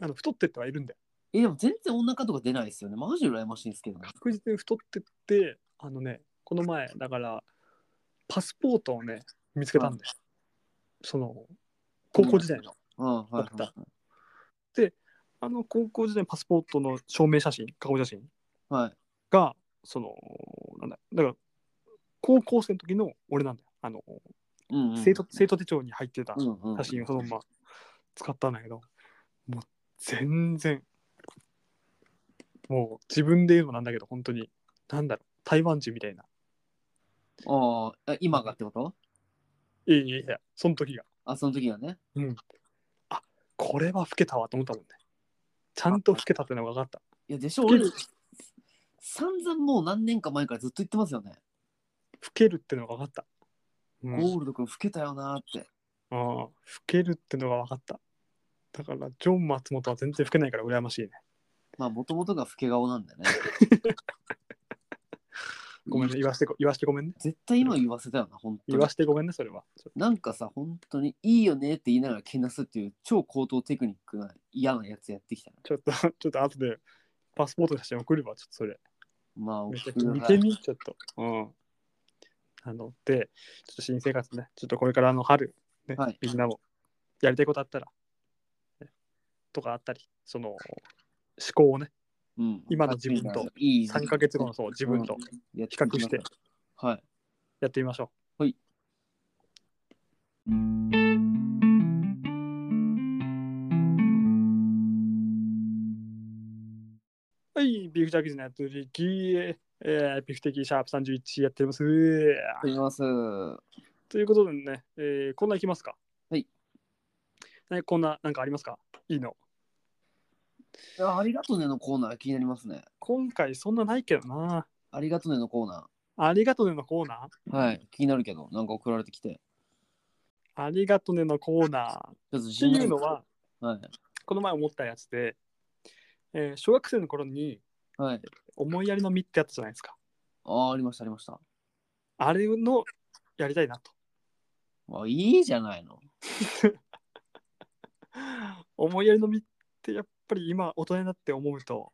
[SPEAKER 1] あの太ってってはいるんだよ。
[SPEAKER 2] えでも全然お腹とか出ないですよねマジで羨ましいんですけどね
[SPEAKER 1] 確実に太ってって、あのね、この前、だから、パスポートをね、見つけたんだよ。その、高校時代の。
[SPEAKER 2] うんはいは
[SPEAKER 1] わか
[SPEAKER 2] い
[SPEAKER 1] っあの高校時代のパスポートの証明写真、顔写真
[SPEAKER 2] はい
[SPEAKER 1] が、その、なんだ、だから、高校生の時の俺なんだよ。あの、
[SPEAKER 2] うんうん
[SPEAKER 1] 生徒生徒手帳に入ってた
[SPEAKER 2] うんうん
[SPEAKER 1] 写真をそのまま使ったんだけど、もう全然、もう自分で言うのもなんだけど、本当に、なんだろう、台湾人みたいな。
[SPEAKER 2] ああえ今がってこと
[SPEAKER 1] いやいやいや、その時が、
[SPEAKER 2] あその時はね
[SPEAKER 1] これは老けたわと思ったもんね。ちゃんと老けたってのが分かった。
[SPEAKER 2] いやでしょ俺
[SPEAKER 1] 老ける
[SPEAKER 2] 散々もう何年か前からずっと言ってますよね、
[SPEAKER 1] 老けるってのが分かった。うん
[SPEAKER 2] ゴールド君老けたよなーって
[SPEAKER 1] ああ、老けるってのが分かった。だから、ジョン・松本は全然老けないから羨ましいね。
[SPEAKER 2] まあもともとが老け顔なんだよね
[SPEAKER 1] ごめんね、言わしてご言わしてごめんね。
[SPEAKER 2] 絶対今言わせたよな本当
[SPEAKER 1] 言
[SPEAKER 2] に
[SPEAKER 1] わしてごめんね、それは。
[SPEAKER 2] なんかさ本当にいいよねって言いながらけなすっていう超高等テクニックな嫌なやつやってきたな
[SPEAKER 1] ちょっと、 ちょっと後でパスポートの写真送れば、ちょっとそれ。
[SPEAKER 2] まあお
[SPEAKER 1] めち
[SPEAKER 2] 聞
[SPEAKER 1] ゃ
[SPEAKER 2] き
[SPEAKER 1] くちゃ
[SPEAKER 2] く
[SPEAKER 1] 見
[SPEAKER 2] ださ
[SPEAKER 1] て
[SPEAKER 2] い
[SPEAKER 1] み、ちょっと。うん。なので、ちょっと新生活ね、ちょっとこれからの春、ね、
[SPEAKER 2] はい
[SPEAKER 1] みんなもやりたいことあったら、ねとかあったり、その、思考をね、
[SPEAKER 2] うん、
[SPEAKER 1] 今の自分と
[SPEAKER 2] いい
[SPEAKER 1] 3ヶ月後のそう自分と
[SPEAKER 2] 比
[SPEAKER 1] 比較して
[SPEAKER 2] はい
[SPEAKER 1] やってみましょう。
[SPEAKER 2] はい。
[SPEAKER 1] はい、ビーフジャーキーズのやつりき、えー、ビーフ的シャープ31やってます。と
[SPEAKER 2] あります
[SPEAKER 1] いうことでね、えー、こんないきますか。
[SPEAKER 2] はい。
[SPEAKER 1] ね、こんな、なんかありますかいいの。
[SPEAKER 2] あありがとうねのコーナー気になりますね
[SPEAKER 1] 今回そんなないけどな。
[SPEAKER 2] ありがとうねのコーナ
[SPEAKER 1] ありがとねのコーナ
[SPEAKER 2] ーはい気になるけどなんか送られてきて
[SPEAKER 1] ーありがとねのコーナーっ
[SPEAKER 2] ちょっと
[SPEAKER 1] て
[SPEAKER 2] 信
[SPEAKER 1] い
[SPEAKER 2] じ
[SPEAKER 1] うのは、
[SPEAKER 2] はい
[SPEAKER 1] この前思ったやつで、えー小学生の頃に
[SPEAKER 2] はい
[SPEAKER 1] 思いやりの実ってやったじゃないですか。
[SPEAKER 2] ああありましたありました
[SPEAKER 1] あれのやりたいなと。
[SPEAKER 2] あいいじゃないの
[SPEAKER 1] 思いやりの実ってやっぱり今大人になって思うと、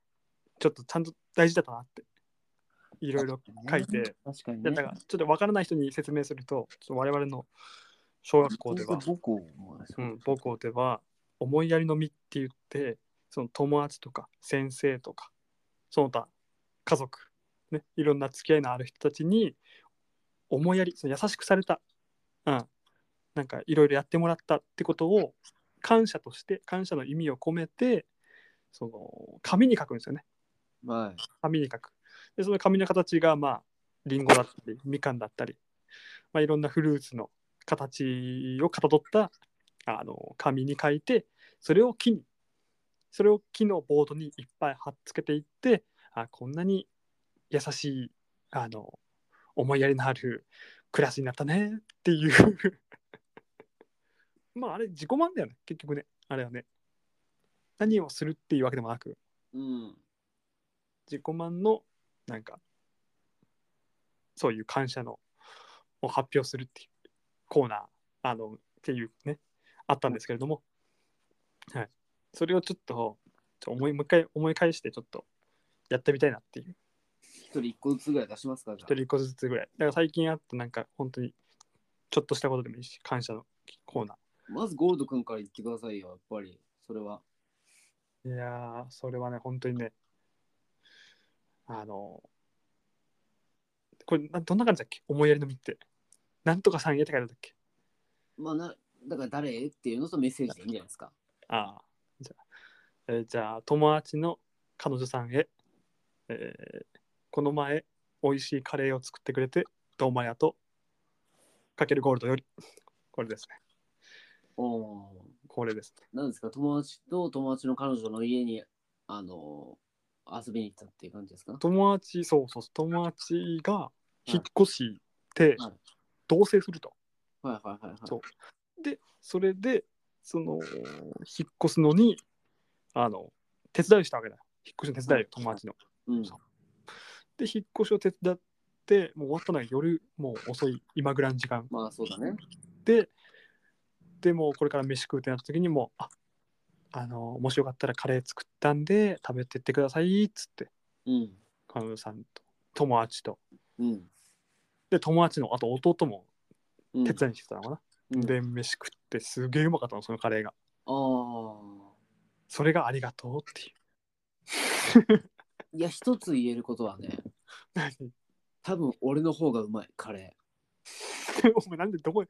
[SPEAKER 1] ちょっとちゃんと大事だったなって。いろいろ書いて、
[SPEAKER 2] 確かに
[SPEAKER 1] いや
[SPEAKER 2] ね
[SPEAKER 1] だからちょっとわからない人に説明すると、ちょっと我々の小学校では、
[SPEAKER 2] 僕も
[SPEAKER 1] うん、母校では思いやりの実って言って、その友達とか先生とかその他家族、ね、いろんな付き合いのある人たちに思いやりその優しくされた、うん、なんかいろいろやってもらったってことを感謝として感謝の意味を込めてその紙に書くんですよね
[SPEAKER 2] はい。
[SPEAKER 1] 紙に書くでその紙の形がまあリンゴだったりみかんだったり、まあ、いろんなフルーツの形をかたどったあの紙に書いてそれを木にそれを木のボードにいっぱい貼っつけていってあこんなに優しいあの思いやりのあるクラスになったねっていう まああれ自己満だよね結局ねあれはね何をするっていうわけでもなく
[SPEAKER 2] うん。
[SPEAKER 1] 自己満のなんかそういう感謝のを発表するっていうコーナーあのっていうねあったんですけれども、はい、それをちょっとちょ思いもう一回思い返してちょっとやってみたいなっていう
[SPEAKER 2] 一人一個ずつぐらい出しますかじゃ
[SPEAKER 1] 一人一個ずつぐらいだから最近あったなんか本当にちょっとしたことでもいいし感謝のコーナ
[SPEAKER 2] あ。まずゴールド君から言ってくださいよ、やっぱり。それは。
[SPEAKER 1] ーいやーそれはね本当にねあのこれなどんな感じだっけ思いやりのみってなんとかさんへって書いてあるんだっけ
[SPEAKER 2] まあな、だから誰っていうのとメッセージでいいんじゃないですか。
[SPEAKER 1] ああ、じゃあ、えーじゃあ友達の彼女さんへ、えーこの前、美味しいカレーを作ってくれて、どうもありがとう。かけるゴールドより、これですね。
[SPEAKER 2] おお
[SPEAKER 1] これですね。
[SPEAKER 2] ー。なんですか、友達と友達の彼女の家に、あの遊びに行ったっていう感じですか
[SPEAKER 1] 友達、そうそうそう、友達が引っ越して
[SPEAKER 2] はい、
[SPEAKER 1] 同棲すると。
[SPEAKER 2] はいはいはいはい。
[SPEAKER 1] そうで、それで、その、引っ越すのに、あの、手伝いをしたわけだよ。引っ越しの手伝いを、友達の。
[SPEAKER 2] うん。
[SPEAKER 1] そうで引っ越しを手伝ってもう終わったのは夜もう遅い今ぐらいの時間
[SPEAKER 2] まあそうだね。
[SPEAKER 1] ででもうこれから飯食うってなった時にもうああのもしよかったらカレー作ったんで食べてってくださいっつって
[SPEAKER 2] うん。
[SPEAKER 1] 彼女さんと友達と
[SPEAKER 2] うん。
[SPEAKER 1] で友達のあと弟も
[SPEAKER 2] うん
[SPEAKER 1] 手伝いに来てたのかな、
[SPEAKER 2] うん
[SPEAKER 1] で飯食ってすげえうまかったのそのカレーが
[SPEAKER 2] ああ。
[SPEAKER 1] それがありがとうっていう
[SPEAKER 2] いや、一つ言えることはね、
[SPEAKER 1] 何
[SPEAKER 2] 多分俺の方がうまい、カレ
[SPEAKER 1] お前なんでどこ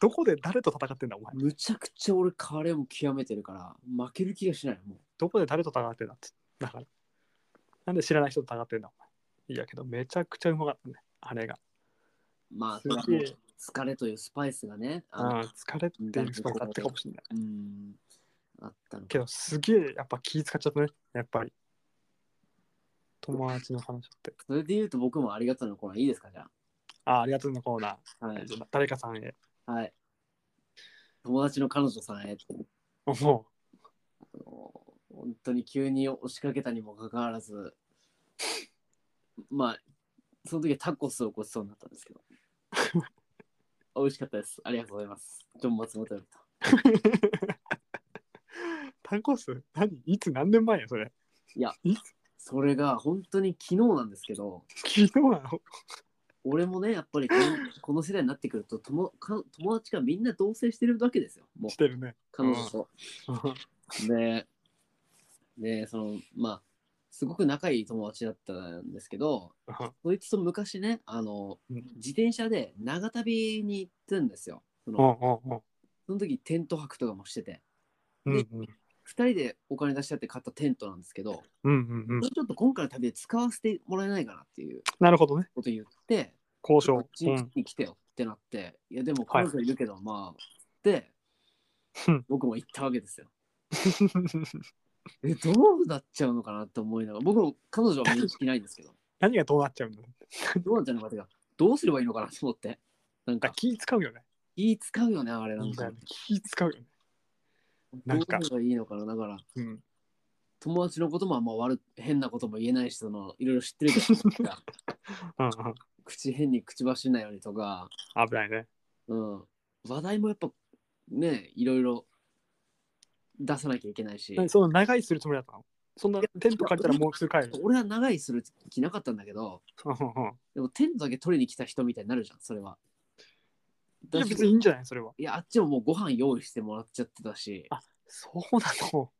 [SPEAKER 1] どこで誰と戦ってんだお前
[SPEAKER 2] ー。むちゃくちゃ俺カレーも極めてるから、負ける気がしない、もう。
[SPEAKER 1] どこで誰と戦ってんだっつだから。なんで知らない人と戦ってんだお前。いやけど、めちゃくちゃうまかったね。あれが。
[SPEAKER 2] まあ、
[SPEAKER 1] す
[SPEAKER 2] それは
[SPEAKER 1] げ
[SPEAKER 2] も
[SPEAKER 1] え
[SPEAKER 2] う疲れというスパイスがね、あ
[SPEAKER 1] あ
[SPEAKER 2] の
[SPEAKER 1] あ疲れっていうスパイスだったかもしれない。
[SPEAKER 2] うん、あったのか
[SPEAKER 1] けど、すげえやっぱ気使っちゃったね。やっぱり。友達の話って。
[SPEAKER 2] それで言うと僕もありがとうのコーナーいいですか、じゃ
[SPEAKER 1] ああ、ありがとうのコーナ
[SPEAKER 2] あ。は
[SPEAKER 1] ー。
[SPEAKER 2] い。
[SPEAKER 1] 誰かさんへ。
[SPEAKER 2] はい、友達の彼女さんへ、
[SPEAKER 1] も
[SPEAKER 2] あの本当に急に押しかけたにもかかわらず、まあ、その時はタコスをごちそうになったん ですけど、美味しかったです。ありがとうございます。ジョン・松本よりと。
[SPEAKER 1] う。タコス何いつ何年前やそれ。
[SPEAKER 2] いや
[SPEAKER 1] いつ
[SPEAKER 2] それが本当に昨日なんですけど、
[SPEAKER 1] 昨日なの
[SPEAKER 2] 俺もね、やっぱりこのこの世代になってくると友か、友達がみんな同棲してるわけですよ、もう
[SPEAKER 1] してるね。
[SPEAKER 2] 彼女と。
[SPEAKER 1] うん
[SPEAKER 2] で、で、その、まあ、すごく仲いい友達だったんですけど、そいつと昔ね、あの、
[SPEAKER 1] うん
[SPEAKER 2] 自転車で長旅に行ったんですよ。そ
[SPEAKER 1] うん
[SPEAKER 2] の
[SPEAKER 1] うん
[SPEAKER 2] その時テント泊とかもしてて、
[SPEAKER 1] うん。うんうん
[SPEAKER 2] 2人でお金出し合って買ったテントなんですけど、
[SPEAKER 1] うんうんうん
[SPEAKER 2] それ。ちょっと今回の旅で使わせてもらえないかなっていう
[SPEAKER 1] なるほどね。
[SPEAKER 2] こと言って、
[SPEAKER 1] 交
[SPEAKER 2] こっ
[SPEAKER 1] 渉。
[SPEAKER 2] ちに来てよってなって、いやでも彼女いるけど、まあ、で
[SPEAKER 1] うん、
[SPEAKER 2] 僕も行ったわけですよ。
[SPEAKER 1] うん。
[SPEAKER 2] え、どうなっちゃうのかなって思いながら、僕も彼女は認識ないんですけど、
[SPEAKER 1] 何がどうなっちゃうの
[SPEAKER 2] どうなっちゃうのかっていうか、どうすればいいのかなと思って、なん
[SPEAKER 1] あ
[SPEAKER 2] か
[SPEAKER 1] 気使うよね。
[SPEAKER 2] 気使うよね、あれなんか。
[SPEAKER 1] 気使うよね。な
[SPEAKER 2] ど
[SPEAKER 1] ん
[SPEAKER 2] う
[SPEAKER 1] か
[SPEAKER 2] すればいいのかな、だから。
[SPEAKER 1] うん。
[SPEAKER 2] 友達のこともあんま悪変なことも言えないしそのいろいろ知ってるじゃないです か
[SPEAKER 1] うんうん
[SPEAKER 2] 口変に口走んないようにとか、
[SPEAKER 1] 危ないね。
[SPEAKER 2] うん、話題もやっぱねいろいろ出さなきゃいけないし
[SPEAKER 1] 何そんな長いするつもりだったのそんなテント借りたらもうすぐ帰る。
[SPEAKER 2] 俺は長いする気なかったんだけど
[SPEAKER 1] うんうんうん
[SPEAKER 2] でもテントだけ取りに来た人みたいになるじゃんそれは。
[SPEAKER 1] いや、
[SPEAKER 2] だし
[SPEAKER 1] 別にいいんじゃないそれは。
[SPEAKER 2] いやあっちももうご飯用意してもらっちゃってたし
[SPEAKER 1] あそうなの。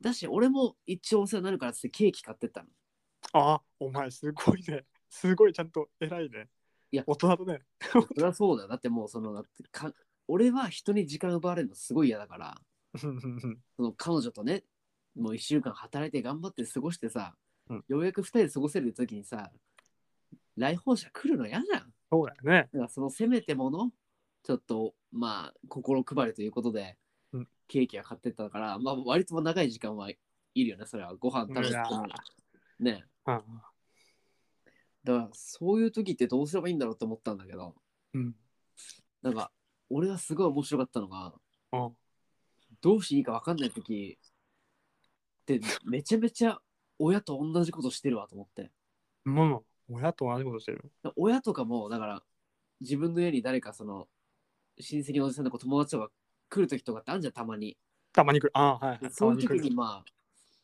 [SPEAKER 2] だし、俺も一応お世話になるからっつってケーキ買ってったの。
[SPEAKER 1] ああ、お前すごいね。すごいちゃんと偉いね。
[SPEAKER 2] いや
[SPEAKER 1] 大人だね。
[SPEAKER 2] そりゃそうだ。だってもうその、だってか俺は人に時間奪われるのすごい嫌だから、
[SPEAKER 1] うんうんうん
[SPEAKER 2] その彼女とね、もう1週間働いて頑張って過ごしてさ、
[SPEAKER 1] うん
[SPEAKER 2] ようやく2人で過ごせる時にさ、来訪者来るの嫌じゃん。
[SPEAKER 1] そうだよね。
[SPEAKER 2] だからそのせめてもの、ちょっとまあ心配りということで、
[SPEAKER 1] うん
[SPEAKER 2] ケーキは買ってったから、まあ割と長い時間はいるよね、それは。ご飯食べ
[SPEAKER 1] う
[SPEAKER 2] ても
[SPEAKER 1] わ。
[SPEAKER 2] ね。
[SPEAKER 1] あ
[SPEAKER 2] だからそういう時ってどうすればいいんだろうと思ったんだけど、
[SPEAKER 1] うん。
[SPEAKER 2] なんか俺がすごい面白かったのが、
[SPEAKER 1] あ
[SPEAKER 2] どうしていいか分かんない時ってめちゃめちゃ親と同じことしてるわと思って。
[SPEAKER 1] もう、親と同じことしてる。
[SPEAKER 2] 親とかもだから自分の家に誰かその親戚のおじさんとか友達とか来る時とかってあるじゃんたまに。
[SPEAKER 1] たまに来る。ああ、はいはい。た
[SPEAKER 2] そ
[SPEAKER 1] ま
[SPEAKER 2] ういう
[SPEAKER 1] に来
[SPEAKER 2] 時に
[SPEAKER 1] る。
[SPEAKER 2] まあ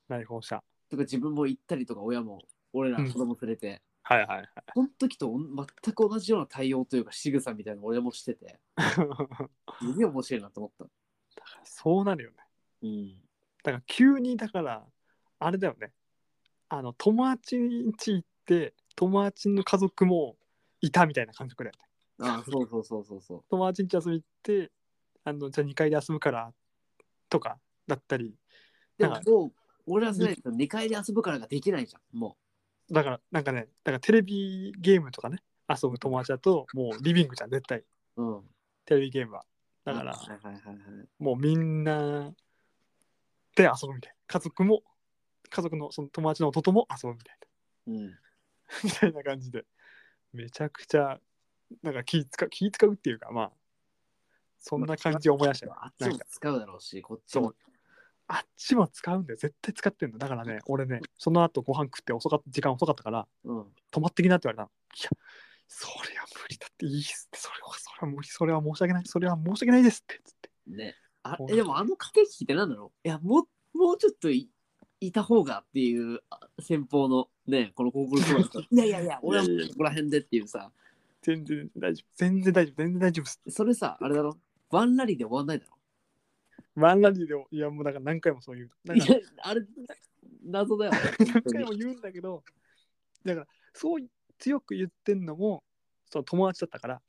[SPEAKER 1] 来訪者。
[SPEAKER 2] とか自分も行ったりとか親も俺ら子供連れて、
[SPEAKER 1] はい はいはい。
[SPEAKER 2] その時とおん全く同じような対応というか仕草みたいなの俺もしててすげえ面白いなと思った。
[SPEAKER 1] そうなるよね。
[SPEAKER 2] うん、
[SPEAKER 1] だから急に、だから、あれだよね。あの、友達に家行って、友達の家族もいたみたいな感覚だよね。
[SPEAKER 2] ああそうそうそうそうそう。
[SPEAKER 1] 友達ん家遊び行って、あの、じゃあ2階で遊ぶから、とか、だったり、
[SPEAKER 2] でも
[SPEAKER 1] だか
[SPEAKER 2] もう俺ら世代だと2階で遊ぶからができないじゃんもう。
[SPEAKER 1] だから、なんかね、だからテレビゲームとかね、遊ぶ友達だと、もうリビングじゃん、絶対。
[SPEAKER 2] うん。
[SPEAKER 1] テレビゲームは。だから
[SPEAKER 2] はい、はいはいはい。
[SPEAKER 1] もうみんなで遊ぶみたいな。家族も、家族のその友達の弟も遊ぶみたい
[SPEAKER 2] うん。
[SPEAKER 1] な。みたいな感じで。めちゃくちゃ、なんか気使う、気使うっていうか、まあ、そんな感じを思い出したよ。
[SPEAKER 2] あっち
[SPEAKER 1] なん
[SPEAKER 2] も
[SPEAKER 1] か
[SPEAKER 2] 使うだろうし、こっち
[SPEAKER 1] そ
[SPEAKER 2] も
[SPEAKER 1] う。。あっちも使うんだよ。絶対使ってんだ。だからね、俺ね、その後ご飯食って遅かった、時間遅かったから、
[SPEAKER 2] うん。
[SPEAKER 1] 泊まってきなって言われたの。いや、それは無理だっていいっすって、それは、それは無理、それは申し訳ない、それは申し訳ないですって、つって。
[SPEAKER 2] ね。あ
[SPEAKER 1] そう
[SPEAKER 2] えでもあの駆け引きって何だろういや、もう、もうちょっといいた方がっていうあ先方のね、この高校の人 がさいやいやいや、俺はもうここら辺でっていうさ、
[SPEAKER 1] 全然大丈夫、全然大丈夫、全然大丈夫っす。
[SPEAKER 2] それさ、あれだろワンラリーで終わんないだろ
[SPEAKER 1] ワンラリーで、いや、もうだから何回もそう言う。だ
[SPEAKER 2] い
[SPEAKER 1] から
[SPEAKER 2] や、あれ、謎だよね。本
[SPEAKER 1] 何
[SPEAKER 2] 当
[SPEAKER 1] 回
[SPEAKER 2] に
[SPEAKER 1] も言うんだけど、だから、そう強く言ってんのも、その友達だったから、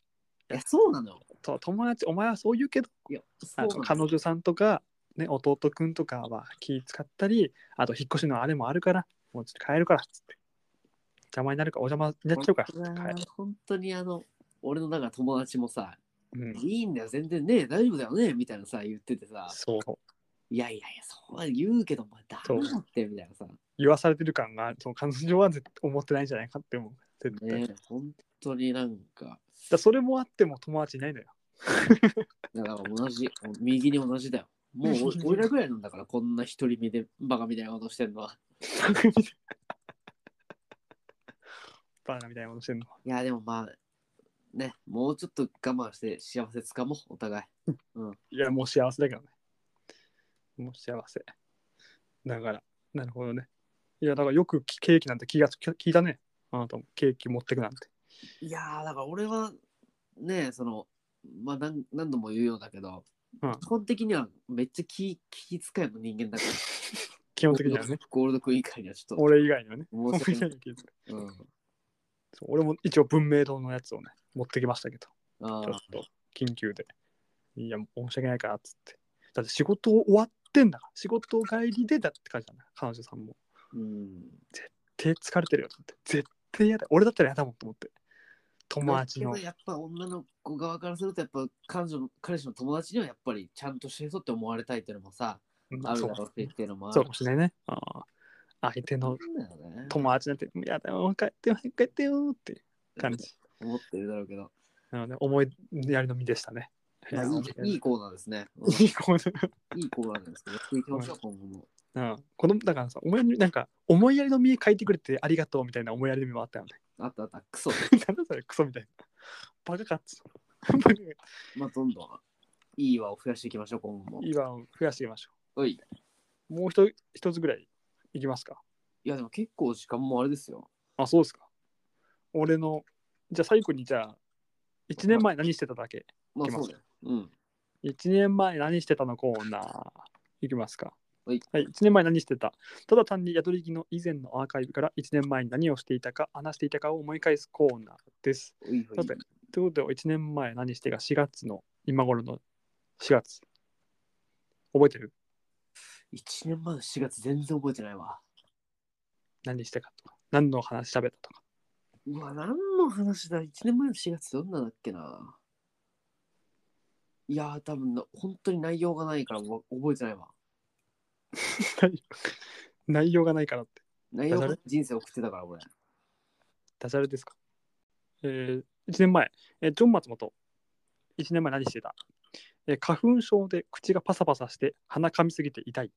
[SPEAKER 2] いや、そうなのよ。
[SPEAKER 1] そう友達、お前はそう言うけど、
[SPEAKER 2] いや、そ
[SPEAKER 1] あ
[SPEAKER 2] う
[SPEAKER 1] の
[SPEAKER 2] なの
[SPEAKER 1] 彼女さんとか、ね、弟くんとかは気使ったり、あと引っ越しのあれもあるから、もうちょっと帰るから、つって。邪魔になるから、お邪魔になっちゃうから、つって帰る。
[SPEAKER 2] 本当にあの、俺のなんか友達もさ、
[SPEAKER 1] うん、
[SPEAKER 2] いいんだよ、全然ね、大丈夫だよね、みたいなさ、言っててさ、
[SPEAKER 1] そう。
[SPEAKER 2] いやいやいや、そうは言うけど、まあ、だ
[SPEAKER 1] そう
[SPEAKER 2] だって、みたいなさ、
[SPEAKER 1] 言わされてる感があるその彼女は絶思ってないんじゃないかって思う絶対、
[SPEAKER 2] ね、本当になんか、
[SPEAKER 1] だそれもあっても友達いないのよ
[SPEAKER 2] だから同じ、右に同じだよ。もうお俺らぐらいなんだから、こんな独り身でバカみたいなことしてるのは。
[SPEAKER 1] バーナみたいなことしてんの
[SPEAKER 2] いや、でもまあ、ね、もうちょっと我慢して幸せつかもう、お互い。
[SPEAKER 1] いやもう幸せだけどねもう幸せだからなるほどねいやだからよくきケーキなんて気がつ聞いたねあなたもケーキ持ってくなんて
[SPEAKER 2] いやー、だから俺は、ね、その、まあ何何度も言うようだけど、
[SPEAKER 1] うん
[SPEAKER 2] 基本的にはめっちゃ気気遣いの人間だから、
[SPEAKER 1] 基本的にはね
[SPEAKER 2] ゴールドクイーン会にはちょっと。
[SPEAKER 1] 俺以外にはね
[SPEAKER 2] 申し
[SPEAKER 1] 俺以
[SPEAKER 2] 訳
[SPEAKER 1] 外
[SPEAKER 2] ない
[SPEAKER 1] に気遣う
[SPEAKER 2] うん
[SPEAKER 1] そう俺も一応文明堂のやつをね持ってきましたけど
[SPEAKER 2] あ
[SPEAKER 1] ちょっ
[SPEAKER 2] あ
[SPEAKER 1] と緊急で。いや、申し訳ないからっつって。だって仕事終わってんだから。仕事帰りでだって感じだな、彼女さんも。
[SPEAKER 2] うん。
[SPEAKER 1] 手疲れてるよと思って。絶対嫌だ。俺だったら嫌だもんと思って。友達
[SPEAKER 2] で
[SPEAKER 1] の
[SPEAKER 2] も。やっぱ女の子側からすると、やっぱ彼女の彼氏の友達にはやっぱりちゃんとしてるぞって思われたいっていうのもさ、
[SPEAKER 1] うん
[SPEAKER 2] ある
[SPEAKER 1] そ
[SPEAKER 2] だ
[SPEAKER 1] う
[SPEAKER 2] ろうしっていうのもある
[SPEAKER 1] そうかもしれないね。ああ相手の
[SPEAKER 2] なんだよね。
[SPEAKER 1] 友達なんて、嫌だよ、帰ってよ、帰ってよって感じ。
[SPEAKER 2] 思ってるだろうけど。
[SPEAKER 1] なので、思いやりのみでしたね。
[SPEAKER 2] ま
[SPEAKER 1] い
[SPEAKER 2] あ
[SPEAKER 1] や
[SPEAKER 2] いいいいコーナーですね。うん
[SPEAKER 1] いい子だ
[SPEAKER 2] いいコーナーなんですけど、やっていきましょう、今後も。
[SPEAKER 1] うん子供だからさ、思いやりなんか、思いやりのみ書いてくれてありがとうみたいな思いやりのみもあったよね。
[SPEAKER 2] あったあった、クソ。
[SPEAKER 1] なんだそれクソみたいな。バカかっつうの。 バカか
[SPEAKER 2] まあ、どんどん、いい輪を増やしていきましょう、今後も。
[SPEAKER 1] 今を増やしていきましょ
[SPEAKER 2] おい。
[SPEAKER 1] う。もう一一つぐらいいきますか。
[SPEAKER 2] いや、でも結構時間もあれですよ。
[SPEAKER 1] あ、そうですか。俺の、じゃあ最後にじゃあ、1年前何してただけ。
[SPEAKER 2] まあ、
[SPEAKER 1] いきま
[SPEAKER 2] そ
[SPEAKER 1] す
[SPEAKER 2] うだよ。うん。
[SPEAKER 1] 1年前何してたのコーナー。いきますか。
[SPEAKER 2] はい。
[SPEAKER 1] はい、1年前何してたただ単に宿り木の以前のアーカイブから1年前に何をしていたか、話していたかを思い返すコーナーです。
[SPEAKER 2] おいおい
[SPEAKER 1] だってということで、1年前何してが4月の、今頃の4月。覚えてる
[SPEAKER 2] 1年前の4月全然覚えてないわ。
[SPEAKER 1] 何してかとか、何の話喋ったとか。
[SPEAKER 2] うわ、何の話だ ?1 年前の4月どんなだっけないやー、多分な本当に内容がないからもう覚えてないわ。
[SPEAKER 1] 内内容がないからって。
[SPEAKER 2] 内容
[SPEAKER 1] だ
[SPEAKER 2] が
[SPEAKER 1] か
[SPEAKER 2] 人生送ってたから俺。
[SPEAKER 1] ダジャレですかえー、1年前、えージョン松本。1年前何してた、えー花粉症で口がパサパサして鼻噛みすぎて痛い。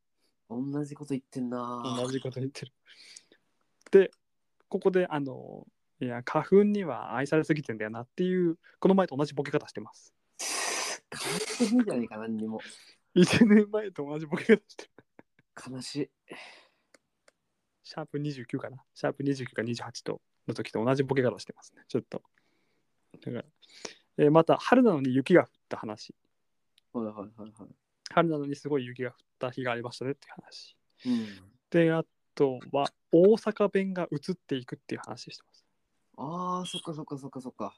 [SPEAKER 2] 同じこと言ってんなー
[SPEAKER 1] 同じこと言ってる。で、ここで、あの、いや、花粉には愛されすぎてんだよなっていう、この前と同じボケ方してます。
[SPEAKER 2] 悲しいんじゃないか、何にも。
[SPEAKER 1] 1年前と同じボケ方してる。
[SPEAKER 2] 悲しい。
[SPEAKER 1] シャープ29かな。シャープ29か28との時と同じボケ方してますね。ちょっと。だから、えーまた、春なのに雪が降った話。
[SPEAKER 2] はいはいはいは
[SPEAKER 1] 春なのにすごい雪が降った日がありましたねっていう話。
[SPEAKER 2] い。うん。
[SPEAKER 1] で、あとは、大阪弁が移っていくっていう話してます。
[SPEAKER 2] ああ、そっかそっかそっかそっか。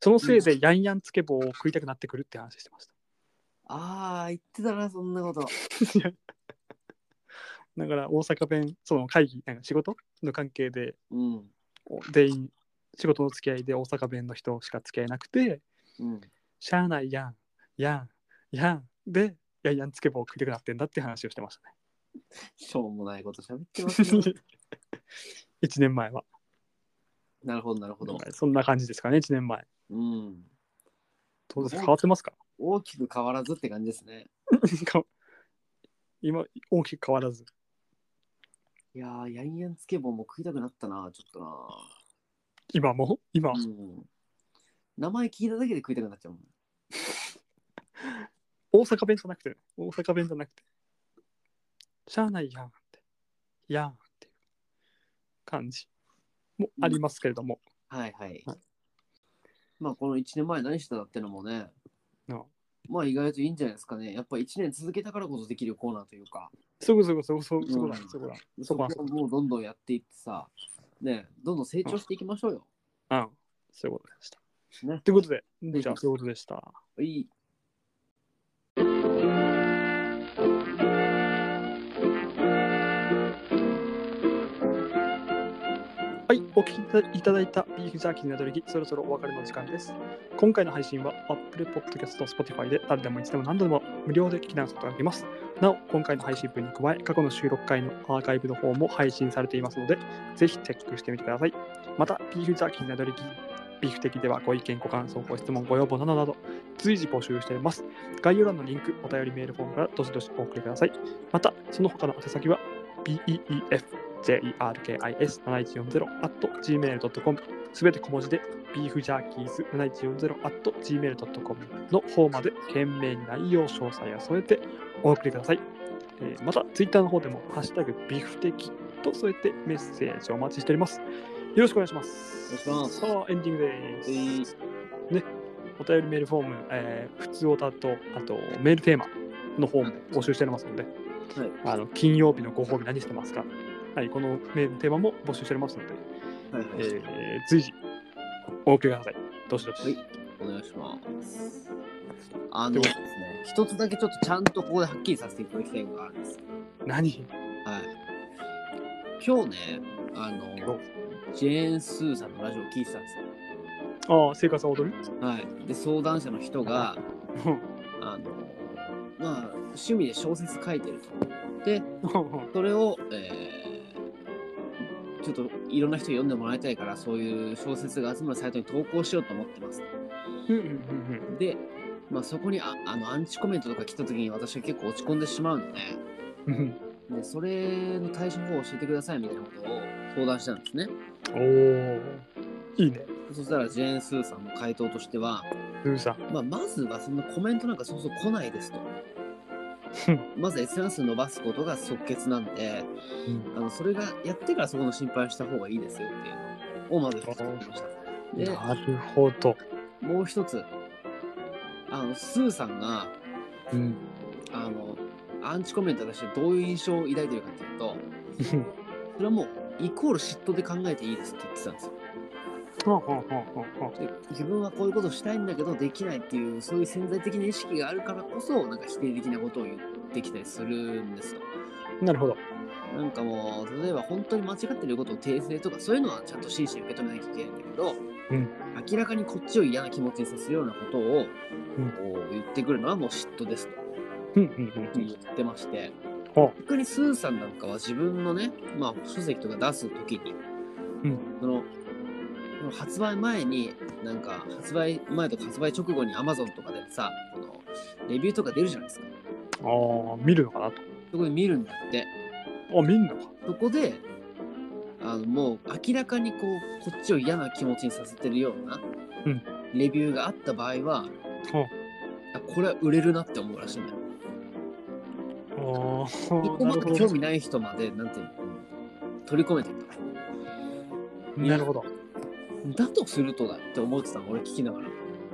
[SPEAKER 1] そのせいで、ヤンヤンつけ棒を食いたくなってくるって話してました。
[SPEAKER 2] ああ、言ってたな、そんなこと。
[SPEAKER 1] いやだから大阪弁その会議なんか仕事の関係で
[SPEAKER 2] うん。
[SPEAKER 1] お全員仕事の付き合いで大阪弁の人しか付き合えなくて
[SPEAKER 2] うん。
[SPEAKER 1] しゃあないやんやんやんでやんやんつけ棒を食いたくなってんだって話をしてまし
[SPEAKER 2] しょうもないこと喋ってます
[SPEAKER 1] たね
[SPEAKER 2] ね。
[SPEAKER 1] 1年前は
[SPEAKER 2] なるほど、なるほど。
[SPEAKER 1] そんな感じですかね1年前
[SPEAKER 2] うん。
[SPEAKER 1] どうですか変わってますか
[SPEAKER 2] 大きく変わらずって感じですね。
[SPEAKER 1] か今大きく変わらず
[SPEAKER 2] いやー、ヤンヤンつけ棒も食いたくなったな、ちょっとな
[SPEAKER 1] 今も今。
[SPEAKER 2] うん。名前聞いただけで食いたくなっちゃうもん。
[SPEAKER 1] 大阪弁じゃなくてね、大阪弁じゃなくて、しゃあないやんって、やんっていう感じもありますけれども、
[SPEAKER 2] はいはい
[SPEAKER 1] はい。
[SPEAKER 2] まあ、この1年前何してたってのもね、
[SPEAKER 1] なあ
[SPEAKER 2] まあ意外といいんじゃないですかね。やっぱ1年続けたからこそできるコーナーというか。
[SPEAKER 1] そこそこそこそこそこだ
[SPEAKER 2] うん
[SPEAKER 1] そこだ。
[SPEAKER 2] そこ
[SPEAKER 1] こは
[SPEAKER 2] をもうどんどんやっていってさ、ね、どんどん成長していきましょうよ。
[SPEAKER 1] うん、そういうことでした。
[SPEAKER 2] ね
[SPEAKER 1] ということで、
[SPEAKER 2] ん
[SPEAKER 1] じゃあそういうことでした。
[SPEAKER 2] いい。
[SPEAKER 1] はい、お聞きいただいたビーフジャーキーの宿りぎ、そろそろお別れの時間です。今回の配信は Apple Podcast、Spotify で誰でもいつでも何度でも無料で聞き直すことができます。なお、今回の配信分に加え、過去の収録回のアーカイブの方も配信されていますので、ぜひチェックしてみてください。また、ビーフジャーキーの宿りぎ、ビーフ的ではご意見、ご感想、ご質問、ご要望などなど、随時募集しています。概要欄のリンク、お便りメールフォームからどしどしお送りください。また、その他の宛先は、BEEF jerkis7140.gmail.com すべて小文字で beefjerkies7140.gmail.com の方まで懸命に内容詳細を添えてお送りください。えーまた、ツイッターの方でも、ハッシュタグビーフ的と添えてメッセージをお待ちしております。よろしくお願いします。
[SPEAKER 2] お願いします
[SPEAKER 1] さあ、エンディングです。
[SPEAKER 2] いい
[SPEAKER 1] ね、お便りメールフォーム、えー、普通おたと、あとメールテーマの方も募集しておりますので、
[SPEAKER 2] はい
[SPEAKER 1] あの金曜日のご褒美何してますかはい、このメールテーマも募集しておりますので、
[SPEAKER 2] はい
[SPEAKER 1] え
[SPEAKER 2] はい。
[SPEAKER 1] ー、随時お送りください。どしどし。
[SPEAKER 2] はいお願いします。あの
[SPEAKER 1] で
[SPEAKER 2] で
[SPEAKER 1] も
[SPEAKER 2] すね、一つだけちょっとちゃんとここではっきりさせていただきたいのがあるんです。
[SPEAKER 1] 何
[SPEAKER 2] はい。今日ね、あの、ジェーン・スーさんのラジオを聞いてたんです
[SPEAKER 1] ああ、生活は踊る
[SPEAKER 2] よ。はい。で、相談者の人が、
[SPEAKER 1] うん
[SPEAKER 2] あの、まあ、趣味で小説書いてると。で、
[SPEAKER 1] うん
[SPEAKER 2] それを、えーちょっといろんな人に読んでもらいたいからそういう小説が集まるサイトに投稿しようと思ってます。
[SPEAKER 1] うんうん
[SPEAKER 2] で、まあ、そこにああのアンチコメントとか来た時に私は結構落ち込んでしまうので
[SPEAKER 1] うんうん
[SPEAKER 2] でそれの対処法を教えてくださいみたいなことを相談したんですね。
[SPEAKER 1] おお、いいね。
[SPEAKER 2] そしたらジェーン・スーさんの回答としては、
[SPEAKER 1] ルーさん。
[SPEAKER 2] まあ、まずはそのコメントなんかそうそう来ないですと。まず SNS 伸ばすことが即決なんで、あのそれがやってからそこの心配をした方がいいですよっていうのをまず一つ言ってました。
[SPEAKER 1] なるほど。
[SPEAKER 2] で、もう一つ、あのスーさんが
[SPEAKER 1] うん、
[SPEAKER 2] あのアンチコメントとしてどういう印象を抱いてるかっていうと、それはもうイコール嫉妬で考えていいですって言ってたんですよ。
[SPEAKER 1] ほうほうほうほうほう
[SPEAKER 2] で自分はこういうことしたいんだけどできないっていうそういう潜在的な意識があるからこそなんか否定的なことを言ってきたりするんですよ。
[SPEAKER 1] なるほど。
[SPEAKER 2] なんかもう例えば本当に間違ってることを訂正とかそういうのはちゃんと真摯に受け止めなきゃいけないんだけど、
[SPEAKER 1] うん
[SPEAKER 2] 明らかにこっちを嫌な気持ちにさせるようなことを、
[SPEAKER 1] うん
[SPEAKER 2] こう言ってくるのはもう嫉妬です
[SPEAKER 1] う
[SPEAKER 2] と。
[SPEAKER 1] んうんうん。
[SPEAKER 2] 言ってまして
[SPEAKER 1] ほ
[SPEAKER 2] 逆にスーさんなんかは自分のね、まあ、書籍とか出す時に、
[SPEAKER 1] うん
[SPEAKER 2] そのその発売前になんか発売前とか発売直後に Amazon とかでさこのレビューとか出るじゃないですか
[SPEAKER 1] ああ、見るのかなと。
[SPEAKER 2] そこで見るんだって
[SPEAKER 1] あ、見んのか。
[SPEAKER 2] そこであのもう明らかにこうこっちを嫌な気持ちにさせてるような
[SPEAKER 1] うん
[SPEAKER 2] レビューがあった場合は、
[SPEAKER 1] ほう
[SPEAKER 2] あこれは売れるなって思うらしいんだよ
[SPEAKER 1] あ
[SPEAKER 2] こ
[SPEAKER 1] あ、
[SPEAKER 2] こ
[SPEAKER 1] な
[SPEAKER 2] ま
[SPEAKER 1] る
[SPEAKER 2] で
[SPEAKER 1] ほ
[SPEAKER 2] 興
[SPEAKER 1] ど。
[SPEAKER 2] 味ない人まで、なんていうの、取り込めてる
[SPEAKER 1] なるほど。
[SPEAKER 2] だとするとだって思ってたの、俺聞きながら。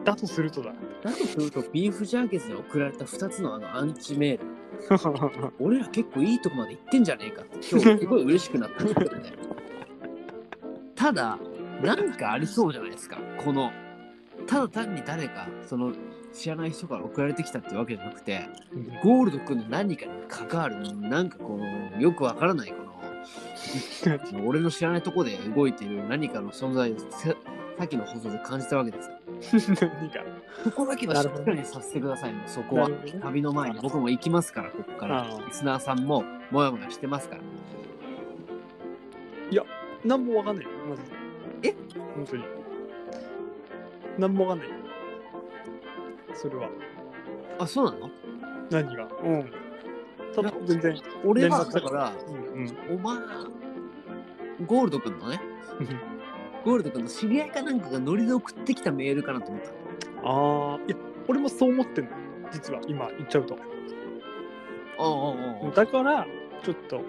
[SPEAKER 1] だとするとだ。
[SPEAKER 2] だとすると、ビーフジャーゲスに送られた2つのあのアンチメール、俺ら結構いいとこまで行ってんじゃねえかって、今日すごい嬉しくなったんだよね。 ただ、なんかありそうじゃないですか、この。ただ単に誰か、その、知らない人から送られてきたってわけじゃなくて、ゴールド君の何かに関わる、なんかこの、よくわからない、この、俺の 知らないとこで動いてる何かの存在をせさっきの放送で感じたわけ ですよ。
[SPEAKER 1] 何が。
[SPEAKER 2] そこだけは
[SPEAKER 1] な
[SPEAKER 2] し
[SPEAKER 1] る
[SPEAKER 2] っ
[SPEAKER 1] ほど
[SPEAKER 2] かりさせてくださいね、そこは
[SPEAKER 1] なるほどね。
[SPEAKER 2] 旅の前に僕も行きますから、ここから
[SPEAKER 1] あ。あ
[SPEAKER 2] リスナーさんももやもやしてますから。
[SPEAKER 1] なんもわかんないよ、マジで。
[SPEAKER 2] え
[SPEAKER 1] 本当に。なんもわかんないよ。それは。
[SPEAKER 2] あ、そうなの
[SPEAKER 1] 何が。うん。ただ、全然。
[SPEAKER 2] 俺は
[SPEAKER 1] 連絡先
[SPEAKER 2] だから、
[SPEAKER 1] うんうん。
[SPEAKER 2] お前、ゴールド君のね
[SPEAKER 1] うん、
[SPEAKER 2] ゴールド君の知り合いかなんかがノリで送ってきたメールかなと思ったの。
[SPEAKER 1] ああ、いや、俺もそう思ってんの。実は、今言っちゃうと。
[SPEAKER 2] ああ
[SPEAKER 1] だから、ちょっと。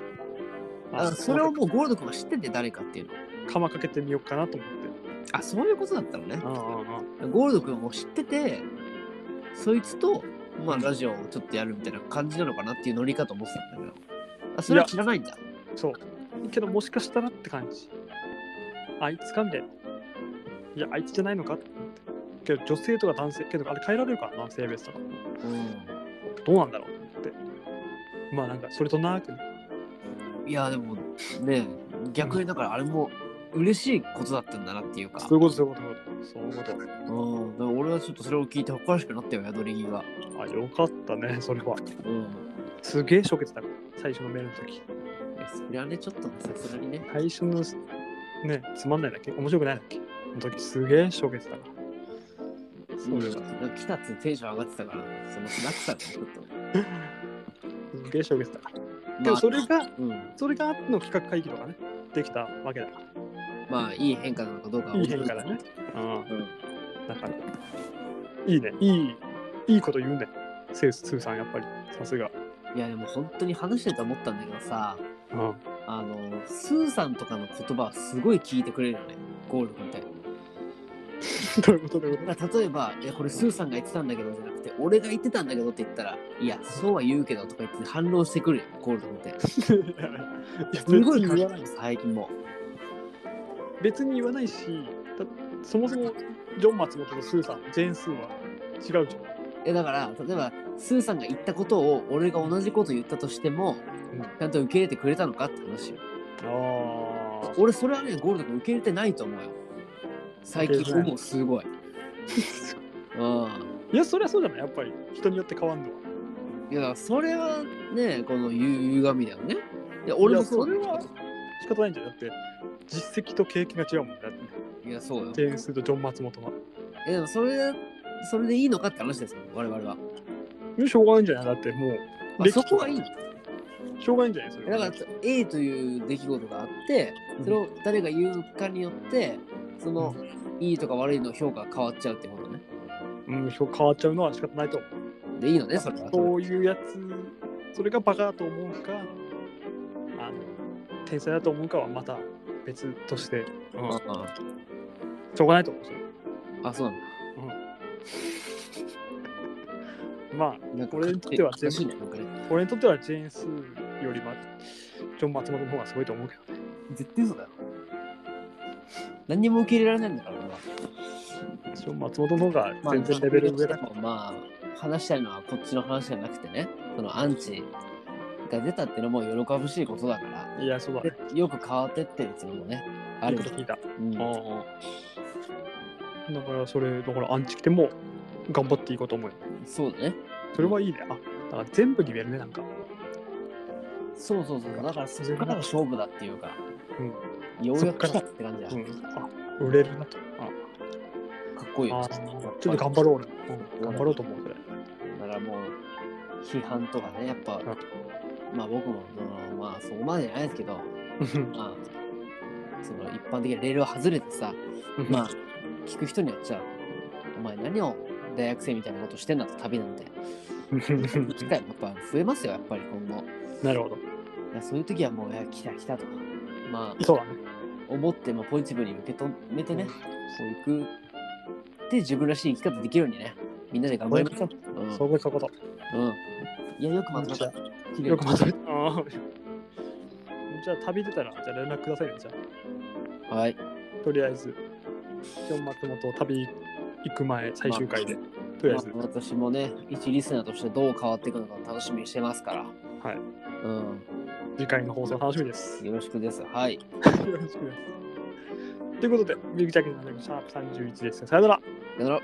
[SPEAKER 2] ああああ。あそれをもうゴールド君が知ってて誰かっていうの。
[SPEAKER 1] 釜かけてみようかなと思って。
[SPEAKER 2] あ、そういうことだったのね。
[SPEAKER 1] あ
[SPEAKER 2] ゴールド君を知ってて、そいつと、まあ、ラジオをちょっとやるみたいな感じなのかなっていうノリかと思ってたんだけど。あ、それは知らないんだ。
[SPEAKER 1] あ。そう。けど、もしかしたらって感じ。あいつかみたいな。いや、あいつじゃないのかと思って。けど、女性とか男性、けど、あれ変えられるからな、性別とか。
[SPEAKER 2] う
[SPEAKER 1] どうなんだろうと思って。まあ、なんか、それとなくね、
[SPEAKER 2] ん。いや、でも、ねえ逆にだからあれも嬉しいことだったんだなっていうか。
[SPEAKER 1] そういうこと、そういうこと、そういうこと。そういうこ
[SPEAKER 2] うん。だから俺はちょっとそれを聞いて誇らしくなったよ、宿り着が。
[SPEAKER 1] と。あ、よかったね、それは。
[SPEAKER 2] うん。
[SPEAKER 1] すげえしょげてたから、最初のメールの時。
[SPEAKER 2] いやそれはね、ちょっとねさすがにね。
[SPEAKER 1] 最初の、ね、つまんないだっけ面白くないだっけの時、すげえしょげてたから。そうれ
[SPEAKER 2] ん。
[SPEAKER 1] は
[SPEAKER 2] なんか来たってテンション上がってたから、その落差がちょっと。
[SPEAKER 1] すげえしょげてたから。でも、それが、
[SPEAKER 2] うん。
[SPEAKER 1] それがあっての企画会議とかね、できたわけだか
[SPEAKER 2] まあ、いい変化なのかどうかは
[SPEAKER 1] ら。いい変化だね。。うん。
[SPEAKER 2] うん。
[SPEAKER 1] だから、いいね、いい、いいこと言うね。セースーさん、やっぱり、さすが。
[SPEAKER 2] いやでも本当に話してて思ったんだけどさ
[SPEAKER 1] うん。
[SPEAKER 2] あのスーさんとかの言葉はすごい聞いてくれるよねゴールド君って
[SPEAKER 1] どういうことどういうこと
[SPEAKER 2] だから例えば「いやこれスーさんが言ってたんだけど」じゃなくて「俺が言ってたんだけど」って言ったら「いやそうは言うけど」とか言って反論してくるよゴールド君って
[SPEAKER 1] いや
[SPEAKER 2] すごい
[SPEAKER 1] 別に言
[SPEAKER 2] 言
[SPEAKER 1] わ
[SPEAKER 2] わ
[SPEAKER 1] な
[SPEAKER 2] ないい最近も
[SPEAKER 1] 別に言わないしだそもそもジョン松本とスーさんジェーン・スーは違うじゃん
[SPEAKER 2] えだから例えばスーさんが言ったことを俺が同じこと言ったとして
[SPEAKER 1] う
[SPEAKER 2] も、
[SPEAKER 1] ん
[SPEAKER 2] ちゃんと受け入れてくれたのかって話よ
[SPEAKER 1] あ
[SPEAKER 2] 俺それはねゴールド君受け入れてないと思うよ最
[SPEAKER 1] 受け
[SPEAKER 2] 近
[SPEAKER 1] 入れてない
[SPEAKER 2] 思う すごいうん
[SPEAKER 1] いやそりゃそうじゃないやっぱり人によって変わんのはい
[SPEAKER 2] や、それはね、このゆ歪みだよね。いや、俺も
[SPEAKER 1] いやそれは
[SPEAKER 2] そ
[SPEAKER 1] 仕方ないんじゃんだって実績と経験が違うもんだって
[SPEAKER 2] ういや、そうよ。
[SPEAKER 1] ジェーン・スーとジョン松本は
[SPEAKER 2] え、でもそれ、それでいいのかって話ですよ、我々は。
[SPEAKER 1] しょうがないんじゃないだっても
[SPEAKER 2] まあ、
[SPEAKER 1] 歴史
[SPEAKER 2] そこはいいの。
[SPEAKER 1] うしょうがないんじゃないそれ
[SPEAKER 2] だ
[SPEAKER 1] は
[SPEAKER 2] から、A という出来事があって、それを誰が言うかによって、その、いいとか悪いの評価が変わっちゃうってことね。
[SPEAKER 1] うんひょ変わっちゃうのは仕方ないと思う
[SPEAKER 2] で、いいのね、それは。
[SPEAKER 1] そういうやつそれがバカだと思うかあの天才だと思うかはまた別として、うん
[SPEAKER 2] あ
[SPEAKER 1] しょうがないと思うそれ
[SPEAKER 2] あ、そうなんだ。
[SPEAKER 1] ま
[SPEAKER 2] なんか
[SPEAKER 1] 俺にとっては全部
[SPEAKER 2] 勝手に欲しいねなんかね
[SPEAKER 1] あ、俺にとってはジェーン・スーよりも、ジョン・松本の方がすごいと思うけどね。
[SPEAKER 2] 絶対嘘だよ。何にも受け入れられないんだから、俺は。
[SPEAKER 1] ジョン・松本の方が
[SPEAKER 2] まあ
[SPEAKER 1] 全然レベル上だから。
[SPEAKER 2] まあ、話したいのはこっちの話じゃなくてね、そのアンチが出たっていうのも喜ばしいことだから、
[SPEAKER 1] いや、そうだね。
[SPEAKER 2] でよく変わってってるっていうのもね、あ
[SPEAKER 1] いい
[SPEAKER 2] る
[SPEAKER 1] こと聞いた。
[SPEAKER 2] うん
[SPEAKER 1] あだからそれ、だからアンチ来ても頑張っていこうと思うよ。
[SPEAKER 2] そうだね。
[SPEAKER 1] それはいいね。あ、だから全部に見えるね、なんか。
[SPEAKER 2] そうそうそう。だからそこからが勝負だっていうか、
[SPEAKER 1] うん。
[SPEAKER 2] ようやく
[SPEAKER 1] そっ
[SPEAKER 2] 来
[SPEAKER 1] か
[SPEAKER 2] た
[SPEAKER 1] ら
[SPEAKER 2] って感じだ。
[SPEAKER 1] う
[SPEAKER 2] か
[SPEAKER 1] ん、あ売れるなと。あ
[SPEAKER 2] っこいいよ。
[SPEAKER 1] あーちょっと頑張ろう俺、うん頑張ろうと思う、それ。
[SPEAKER 2] だからもう、批判とかね、やっぱ、まあ僕もその、まあそこまでじゃないですけど、まあ、その一般的なレールを外れてさ、ま あ、聞く人によっちゃ、お前何を大学生みたいなことしてんだと 旅なんて。機会もやっぱ増えますよ、やっぱり今後。だか
[SPEAKER 1] なるほど。
[SPEAKER 2] らそういう時はもう、いや、来た来たとか、まあ、
[SPEAKER 1] そうだね。
[SPEAKER 2] 思って、まあ、ポジティブに受け止めてね、こう行く。で、自分らしい生き方できるようにね、みんなで頑張りましょう。うん。
[SPEAKER 1] そういうこと。
[SPEAKER 2] うん、いや、よくまとめた。
[SPEAKER 1] よくまとめた。あーじゃあ旅出たら、じゃあ連絡くださいね。じゃ
[SPEAKER 2] はい。
[SPEAKER 1] あ、とりあえず、ジョン・松本、旅行く前、最終回で。とりあえず
[SPEAKER 2] まあ、私もね、一リスナーとしてどう変わっていくのか楽しみにしてますから。
[SPEAKER 1] はい。
[SPEAKER 2] うん。
[SPEAKER 1] 次回の放送楽しみ です。よ
[SPEAKER 2] よろしくです。はい。
[SPEAKER 1] ろしくです。ということで、ビッグジャケットのシャープ31です。さよなら。
[SPEAKER 2] さよなら。